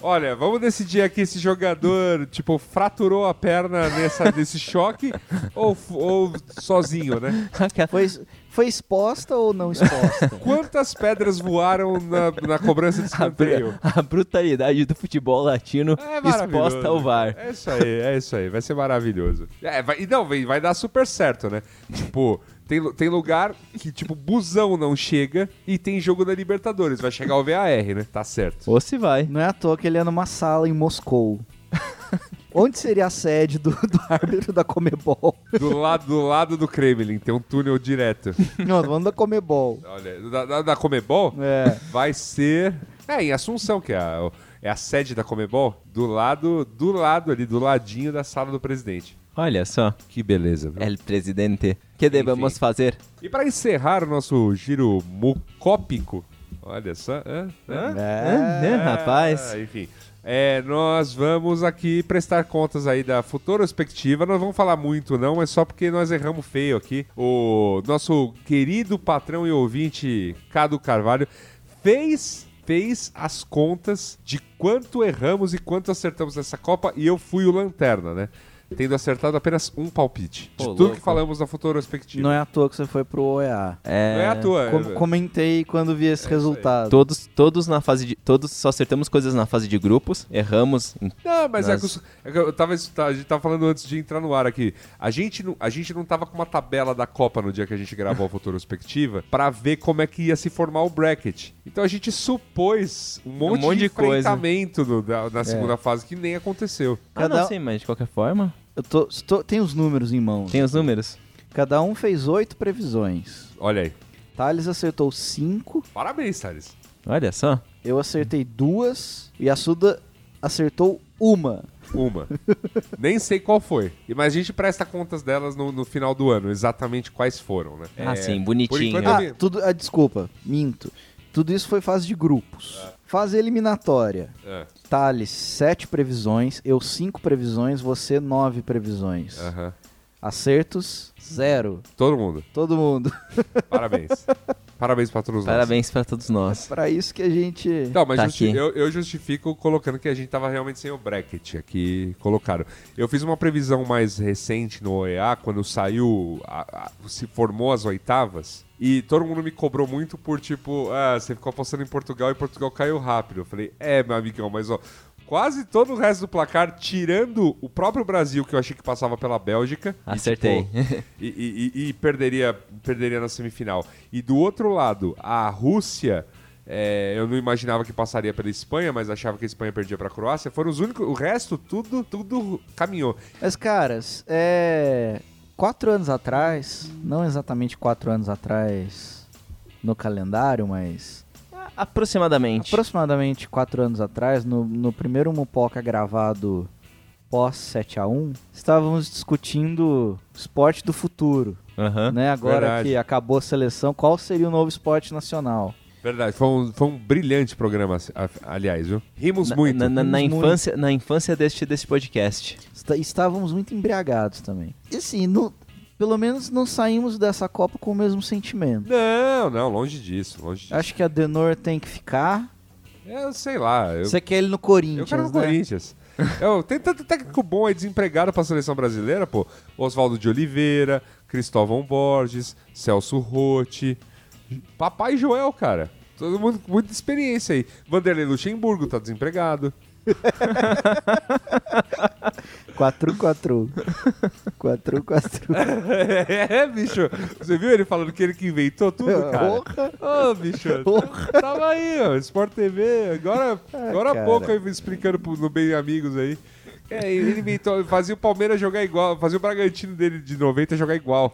Olha, vamos decidir aqui se jogador, tipo, fraturou a perna nessa, nesse choque ou, f- ou sozinho, né?
Foi, foi exposta ou não exposta?
Quantas pedras voaram na, na cobrança de
A,
escanteio?
bru- a brutalidade do futebol latino
É maravilhoso.
exposta ao VAR.
É isso aí, é isso aí. Vai ser maravilhoso. É, vai, e não, vai, vai dar super certo, né? Tipo, tem, lu- tem lugar que, tipo, busão não chega e tem jogo da Libertadores. Vai chegar o VAR, né? Tá certo.
Ou se vai.
não é à toa que ele é numa sala em Moscou. Onde seria a sede do, do árbitro da Comebol?
Do lado, do lado do Kremlin, tem um túnel direto.
Não, vamos da Comebol.
Olha, da, da, da Comebol
É.
vai ser. É, em Assunção, que é a, é a sede da Comebol, do lado, do lado ali, do ladinho da sala do presidente.
Olha só.
Que beleza, viu?
El presidente. Que devemos fazer?
E para encerrar o nosso giro mucópico, olha só, hã? Hã?
Hã, né, rapaz?
Ah, enfim, é, nós vamos aqui prestar contas aí da futura perspectiva. Não vamos falar muito, não, mas só porque nós erramos feio aqui. O nosso querido patrão e ouvinte Cado Carvalho fez fez as contas de quanto erramos e quanto acertamos nessa Copa e eu fui o lanterna, né? Tendo acertado apenas um palpite. De
Ô,
tudo
louco.
que falamos na futura perspectiva.
Não é à toa que você foi pro OEA.
Não é à toa.
Com- comentei quando vi esse resultado.
Todos, todos na fase de. Todos só acertamos coisas na fase de grupos, erramos. em-
Não, mas é
Mas-
que, os- é que eu tava, a gente tava falando antes de entrar no ar aqui. A gente, não- a gente não tava com uma tabela da Copa no dia que a gente gravou a Futurospectiva pra ver como é que ia se formar o bracket. Então a gente supôs um monte,
monte
de
de coisa. É.
enfrentamento no- da- na segunda fase que nem aconteceu.
Ah,
Cada-
não sei, mas de qualquer forma.
Eu tô, estou- tem os números em mãos.
Tem os números.
Cada um fez oito previsões.
Olha aí.
Thales acertou cinco,
Parabéns, Thales.
Olha só.
eu acertei duas e a Suda acertou uma.
Uma. nem sei qual foi. E- Mas a gente presta contas delas no, no final do ano, exatamente quais foram, né?
Ah,
É,
sim, bonitinho.
enquanto- Eu
Ah,
vi.
tudo, ah, desculpa, minto. Tudo isso foi fase de grupos. Fase eliminatória.
é, É.
Thales, sete previsões, eu cinco previsões, você nove previsões.
aham.
Acertos, zero.
Todo mundo.
Todo mundo.
Parabéns. Parabéns pra todos nós.
Parabéns pra todos nós.
Pra isso que a gente.
Não, mas
Tá
justi-
aqui.
eu, eu justifico colocando que a gente tava realmente sem o bracket aqui colocaram. Eu fiz uma previsão mais recente no OEA, quando saiu, a- a- se formou as oitavas, e todo mundo me cobrou muito por tipo, ah, você ficou apostando em Portugal e Portugal caiu rápido. Eu falei, é, meu amigão, mas ó. Quase todo o resto do placar, tirando o próprio Brasil, que eu achei que passava pela Bélgica. e,
Acertei.
tipo, e, e- e- e perderia, perderia na semifinal. E do outro lado, a Rússia, é, eu não imaginava que passaria pela Espanha, mas achava que a Espanha perdia para a Croácia. Foram os únicos, o resto tudo, tudo caminhou.
Mas, caras, é. Quatro anos atrás, não exatamente quatro anos atrás no calendário, mas
Aproximadamente.
aproximadamente quatro anos atrás, no, no primeiro Mupoca gravado pós 7x1, estávamos discutindo esporte do futuro.
Aham.
né? Agora
verdade.
que acabou a seleção, qual seria o novo esporte nacional?
Verdade, foi um, foi um brilhante programa, a- aliás, viu? Rimos
Na-
muito.
Na, na- na
Muito.
infância, na infância deste, deste podcast.
Está- estávamos muito embriagados também. E assim, no- pelo menos não saímos dessa Copa com o mesmo sentimento.
Não, não, longe disso, longe disso.
Acho que a Denor tem que ficar.
Eu sei lá, eu,
Você quer ele no Corinthians,
eu quero no
né?
Corinthians. né? Eu, tem tanto técnico bom aí desempregado pra seleção brasileira, pô. Oswaldo de Oliveira, Cristóvão Borges, Celso Rotti, Papai Joel, cara. Todo mundo com muita experiência aí. Vanderlei Luxemburgo tá desempregado.
4-4. 4-4.
É, bicho. Você viu ele falando que ele que inventou tudo, cara? Ô, bicho. Tava aí, ó. Sport TV. Agora, agora há
cara.
pouco eu explicando pro, no Bem Amigos aí. É, ele inventou, fazia o Palmeiras jogar igual, fazia o Bragantino dele de 90 jogar igual.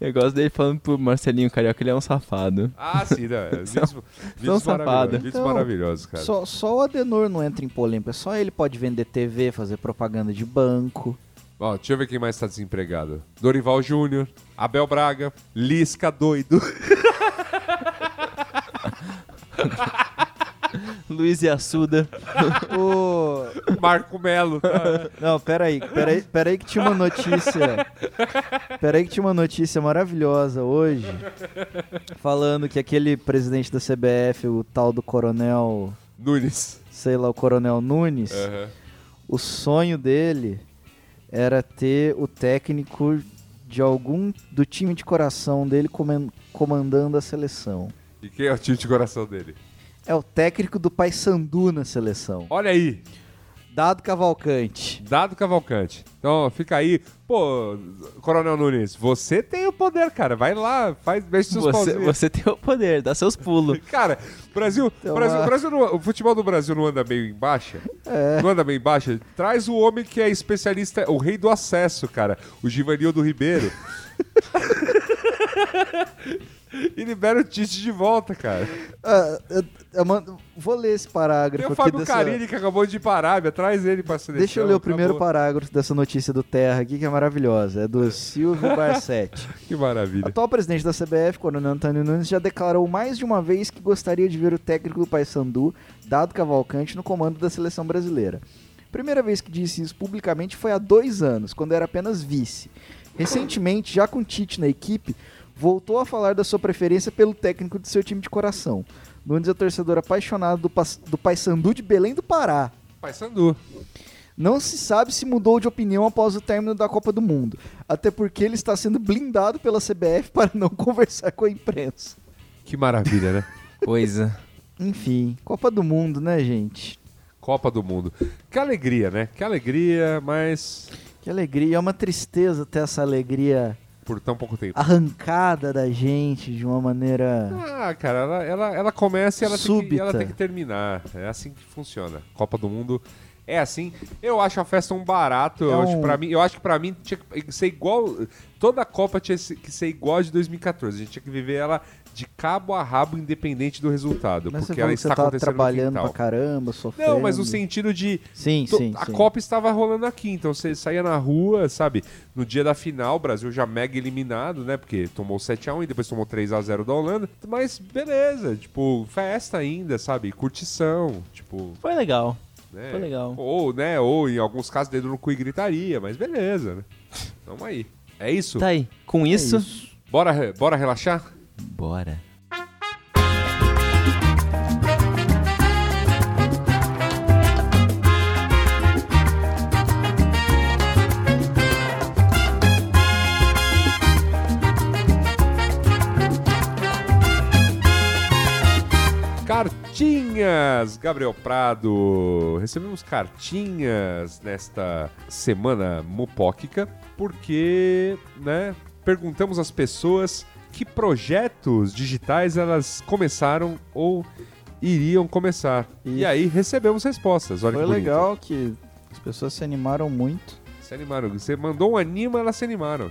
Eu gosto dele falando pro Marcelinho Carioca, ele é um safado.
Ah, sim, né? Vídeos,
são
vídeos,
safado.
maravilhosos, vídeos
Então,
maravilhosos, cara.
Só, só o Adenor não entra em polêmica. Só ele pode vender TV, fazer propaganda de banco.
Ó, deixa eu ver quem mais tá desempregado. Dorival Júnior, Abel Braga, Lisca doido.
Luiz e Assuda.
Ô,
Marco Melo. Tá?
Não, peraí, peraí, peraí que tinha uma notícia. Peraí que tinha uma notícia maravilhosa hoje. Falando que aquele presidente da CBF, o tal do coronel,
Nunes.
sei lá, o coronel Nunes,
Aham.
o sonho dele era ter o técnico de algum do time de coração dele comen- comandando a seleção.
E quem é o time de coração dele?
É o técnico do Paysandu na seleção.
Olha aí,
Dado Cavalcante.
Dado Cavalcante. Então fica aí. Pô, Coronel Nunes, você tem o poder, cara. Vai lá, faz, mexe seus
Você,
pauzinhos.
você tem o poder, dá seus pulos.
Cara, Brasil,
Então,
Brasil,
ah.
Brasil não- o futebol do Brasil não anda meio em baixa?
É.
Não anda meio em baixa? Traz o homem que é especialista, o rei do acesso, cara. O Givanildo Ribeiro. e libera o Tite de volta, cara.
Ah, eu- eu mando- vou ler esse parágrafo
Tem o
aqui
Fábio
dessa-
Carilli que acabou de ir pra Arábia, traz ele pra seleção.
Deixa eu ler o primeiro
acabou.
parágrafo dessa notícia do Terra aqui, que é maravilhosa. É do Silvio Barsetti.
Que maravilha.
Atual presidente da CBF, Coronel Antônio Nunes, já declarou mais de uma vez que gostaria de ver o técnico do Paysandu, Dado Cavalcante, no comando da seleção brasileira. Primeira vez que disse isso publicamente foi há dois anos, quando era apenas vice. Recentemente, já com Tite na equipe, voltou a falar da sua preferência pelo técnico de seu time de coração. Nunes é torcedor apaixonado do, Pas- do Paysandu de Belém do Pará.
Pai Sandu.
Não se sabe se mudou de opinião após o término da Copa do Mundo, até porque ele está sendo blindado pela CBF para não conversar com a imprensa.
Que maravilha, né?
Coisa.
Enfim, Copa do Mundo, né, gente?
Copa do Mundo. Que alegria, né? Que alegria, mas
Que alegria, é uma tristeza ter essa alegria
por tão pouco tempo.
arrancada da gente de uma maneira.
Ah, cara, ela, ela, ela começa e ela, tem que, e
Súbita.
ela tem que terminar. É assim que funciona. Copa do Mundo é assim. Eu acho a festa um barato.
É
eu, acho
um-
pra mim, eu acho que pra mim tinha que ser igual. Toda a Copa tinha que ser igual a de 2014. A gente tinha que viver ela de cabo a rabo, independente do resultado.
Mas você
porque
falou
ela
que você
está
tava
acontecendo
trabalhando
no
pra
quintal.
caramba, sofrendo.
Não, mas no sentido de.
Sim,
To-
sim,
a
sim.
Copa estava rolando aqui, então você saía na rua, sabe? No dia da final, o Brasil já mega eliminado, né? Porque tomou 7x1 e depois tomou 3x0 da Holanda. Mas beleza, tipo, festa ainda, sabe? Curtição, tipo,
Foi legal.
né?
Foi legal.
Ou, né? Ou em alguns casos, dedo no cu e gritaria, mas beleza, né? Tamo aí. É isso?
Tá aí. Com isso,
Bora, re- bora relaxar?
bora.
Cartinhas, Gabriel Prado. Recebemos cartinhas nesta semana mupóquica, porque, né, perguntamos às pessoas que projetos digitais elas começaram ou iriam começar. E
Isso.
aí recebemos respostas. Olha
Foi
que bonito.
legal que as pessoas se animaram muito.
Se animaram. Você mandou um anima, elas se animaram.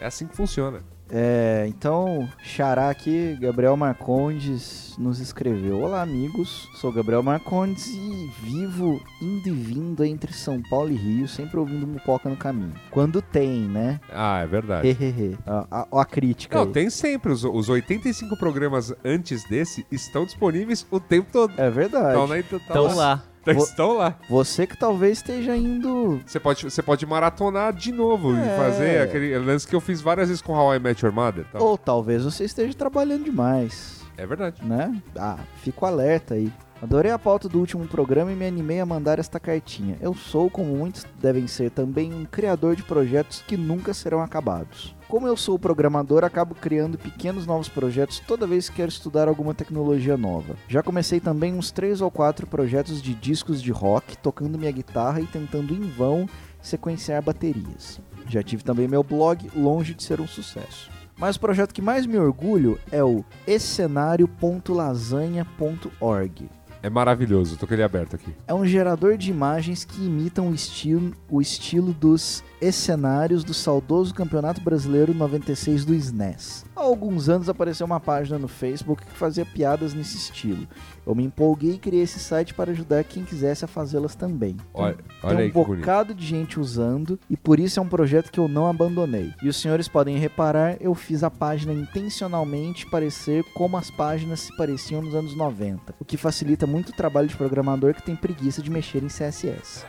É assim que funciona.
É, então, Xará aqui, Gabriel Marcondes nos escreveu. Olá, amigos. Sou Gabriel Marcondes e vivo indo e vindo entre São Paulo e Rio, sempre ouvindo mupoca no caminho. Quando tem, né?
Ah, é verdade.
Hehehe. a, a, a crítica.
Não,
aí.
tem sempre. Os, os 85 programas antes desse estão disponíveis o tempo todo.
É verdade.
Estão, na- estão
Então
né, tá lá.
lá.
Estão-
Vou-
Estão lá.
Você que talvez esteja indo.
Você pode, você pode maratonar de novo e
É.
fazer aquele lance que eu fiz várias vezes com How I Met Your Mother. tá?
Ou talvez você esteja trabalhando demais.
É verdade.
né? Ah, fico alerta aí. Adorei a pauta do último programa e me animei a mandar esta cartinha. Eu sou, como muitos devem ser também, um criador de projetos que nunca serão acabados. Como eu sou programador, acabo criando pequenos novos projetos toda vez que quero estudar alguma tecnologia nova. Já comecei também uns 3 ou 4 projetos de discos de rock, tocando minha guitarra e tentando em vão sequenciar baterias. Já tive também meu blog, longe de ser um sucesso. Mas o projeto que mais me orgulho é o escenario.lasanha.org.
É maravilhoso. Tô com ele aberto aqui.
É um gerador de imagens que imitam o estilo, o estilo dos escenários do saudoso Campeonato Brasileiro 96 do SNES. Há alguns anos apareceu uma página no Facebook que fazia piadas nesse estilo. Eu me empolguei e criei esse site para ajudar quem quisesse a fazê-las também.
Olha, olha
Tem
aí
um
que bonito.
bocado de gente usando e por isso é um projeto que eu não abandonei. E os senhores podem reparar, eu fiz a página intencionalmente parecer como as páginas se pareciam nos anos 90, o que facilita muito o trabalho de programador que tem preguiça de mexer em CSS.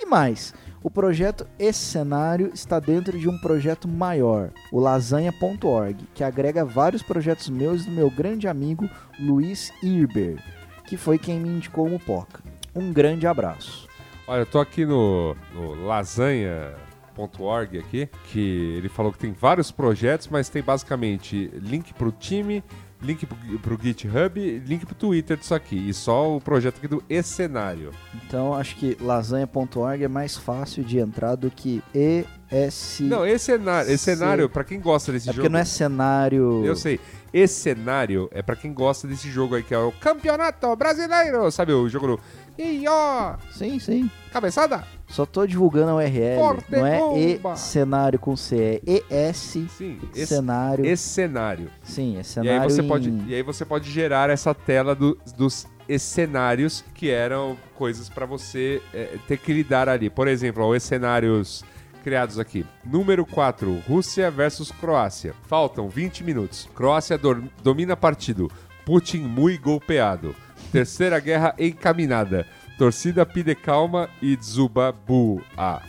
e mais, o projeto Esse Cenário está dentro de um projeto maior, o lasanha.org, que agrega vários projetos meus e do meu grande amigo Luiz Irber, que foi quem me indicou o Mupoca. Um grande abraço.
Olha, eu tô aqui no, no lasanha.org aqui, que ele falou que tem vários projetos, mas tem basicamente link pro time, link pro, pro GitHub, link pro Twitter disso aqui. E só o projeto aqui do E-Cenário.
Então acho que lasanha.org é mais fácil de entrar do que ES.
Não, E-Cenário, E-Cenário, pra quem gosta desse
é
jogo...
porque não é cenário.
Eu sei. Esse cenário é pra quem gosta desse jogo aí, que é o Campeonato Brasileiro, sabe? O jogo do. Ih, ó!
Sim, sim.
Cabeçada?
Só tô divulgando a URL.
Forte
não é
bomba!
E cenário com C, é ES
Sim, esse,
cenário.
esse cenário.
Sim, é
e, aí
cenário.
você
em-
pode, e aí você pode gerar essa tela do- dos esses cenários que eram coisas pra você eh, ter que lidar ali. Por exemplo, ó, os cenários criados aqui. Número 4, Rússia versus Croácia. Faltam 20 minutos. Croácia dor- domina partido. Putin muito golpeado. Terceira guerra encaminhada. Torcida pide calma e Zubabu. Ah.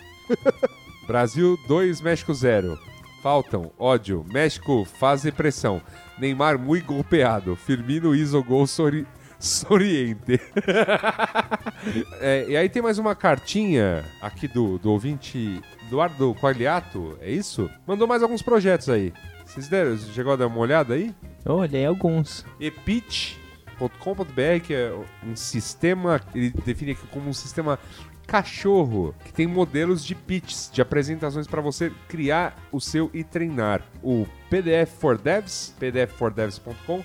Brasil 2, México 0. Faltam, ódio, México faz pressão. Neymar muito golpeado. Firmino isogol sori... soriente. É, e aí tem mais uma cartinha aqui do, do ouvinte Eduardo Quagliato, é isso? Mandou mais alguns projetos aí. Vocês deram, chegou a dar uma olhada aí?
Olha, aí alguns.
epit.com.br, que é um sistema, ele define aqui como um sistema cachorro, que tem modelos de pitches, de apresentações para você criar o seu e treinar. O PDF for Devs, pdfordevs.com,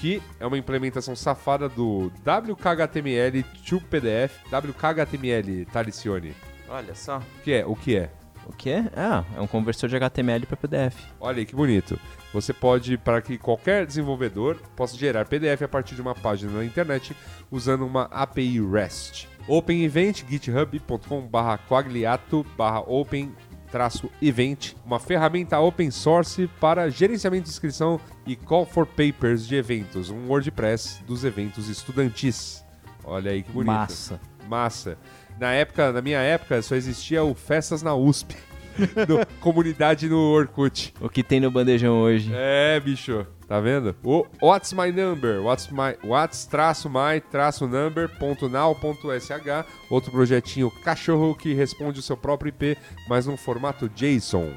que é uma implementação safada do WKHTML to PDF, WKHTML, Talicione,
Olha só.
que é o que é?
O que é? Ah, é um conversor de HTML pra PDF.
Olha aí que bonito. Você pode, para que qualquer desenvolvedor possa gerar PDF a partir de uma página na internet usando uma API REST. Open Event, github.com.br quagliato open event, uma ferramenta open source para gerenciamento de inscrição e call for papers de eventos, um WordPress dos eventos estudantis. Olha aí que bonito.
Massa.
Massa. Na época, na minha época, só existia o Festas na USP. no- comunidade no Orkut.
O que tem no bandejão hoje?
É, bicho. Tá vendo? O What's My Number? What's my What's traço my traço number ponto now ponto sh. Outro projetinho cachorro que responde o seu próprio IP, mas num formato JSON.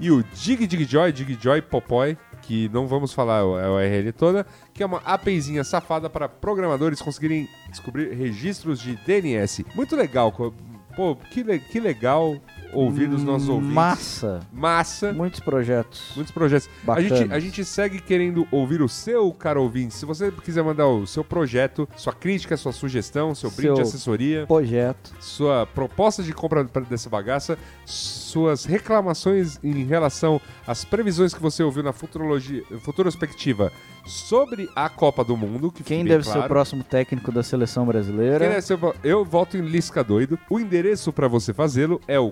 E o Dig Dig Joy, Dig Joy Popoy, que não vamos falar a URL toda, que é uma APIzinha safada para programadores conseguirem descobrir registros de DNS. Muito legal. co- Pô, que, le- que legal ouvir dos nossos ouvintes.
Hum, Massa.
Massa.
Muitos projetos.
Muitos projetos. A
Bacanas.
gente, a gente segue querendo ouvir o seu, caro ouvinte. Se você quiser mandar o seu projeto, sua crítica, sua sugestão, seu brinde de
Seu-
assessoria,
Projeto.
sua proposta de compra pra- dessa bagaça, suas reclamações em relação às previsões que você ouviu na futurologia, futurospectiva sobre a Copa do Mundo. Que
Quem
fique bem
deve ser
claro.
o próximo técnico da seleção
Quem é
brasileira?
deve ser o pro- Eu voto em Lisca Doido. O endereço para você fazê-lo é o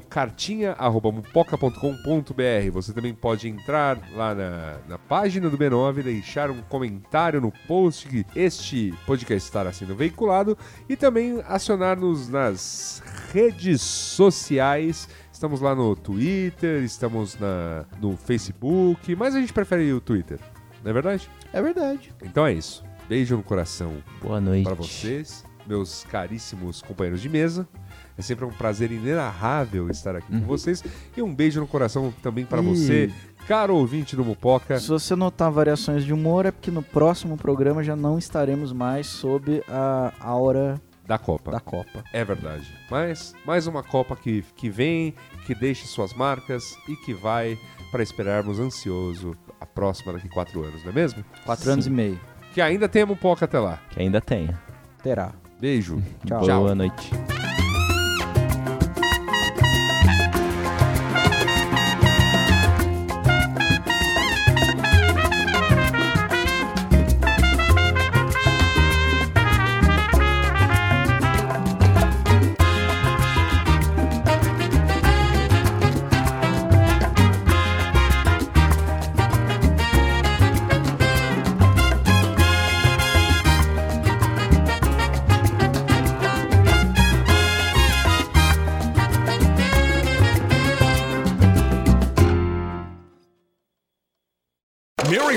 cartinha.mupoca.com.br. Você também pode entrar lá na, na página do B9, deixar um comentário no post que este podcast estará sendo veiculado e também acionar-nos nas redes sociais. Estamos lá no Twitter, estamos na, no Facebook, mas a gente prefere o Twitter, não é verdade?
É verdade.
Então é isso. Beijo no coração
Boa noite.
para vocês, meus caríssimos companheiros de mesa. É sempre um prazer inenarrável estar aqui com vocês. E um beijo no coração também para você, caro ouvinte do Mupoca.
Se você notar variações de humor, é porque no próximo programa já não estaremos mais sob a aura
Da Copa.
da Copa.
É verdade. Mas mais uma Copa que, que vem, que deixa suas marcas e que vai para esperarmos ansioso a próxima daqui quatro anos, não é mesmo?
Quatro anos e meio.
Que ainda tem a Mupoca até lá.
Que ainda tenha.
Terá.
Beijo.
Tchau.
Boa noite.
Mary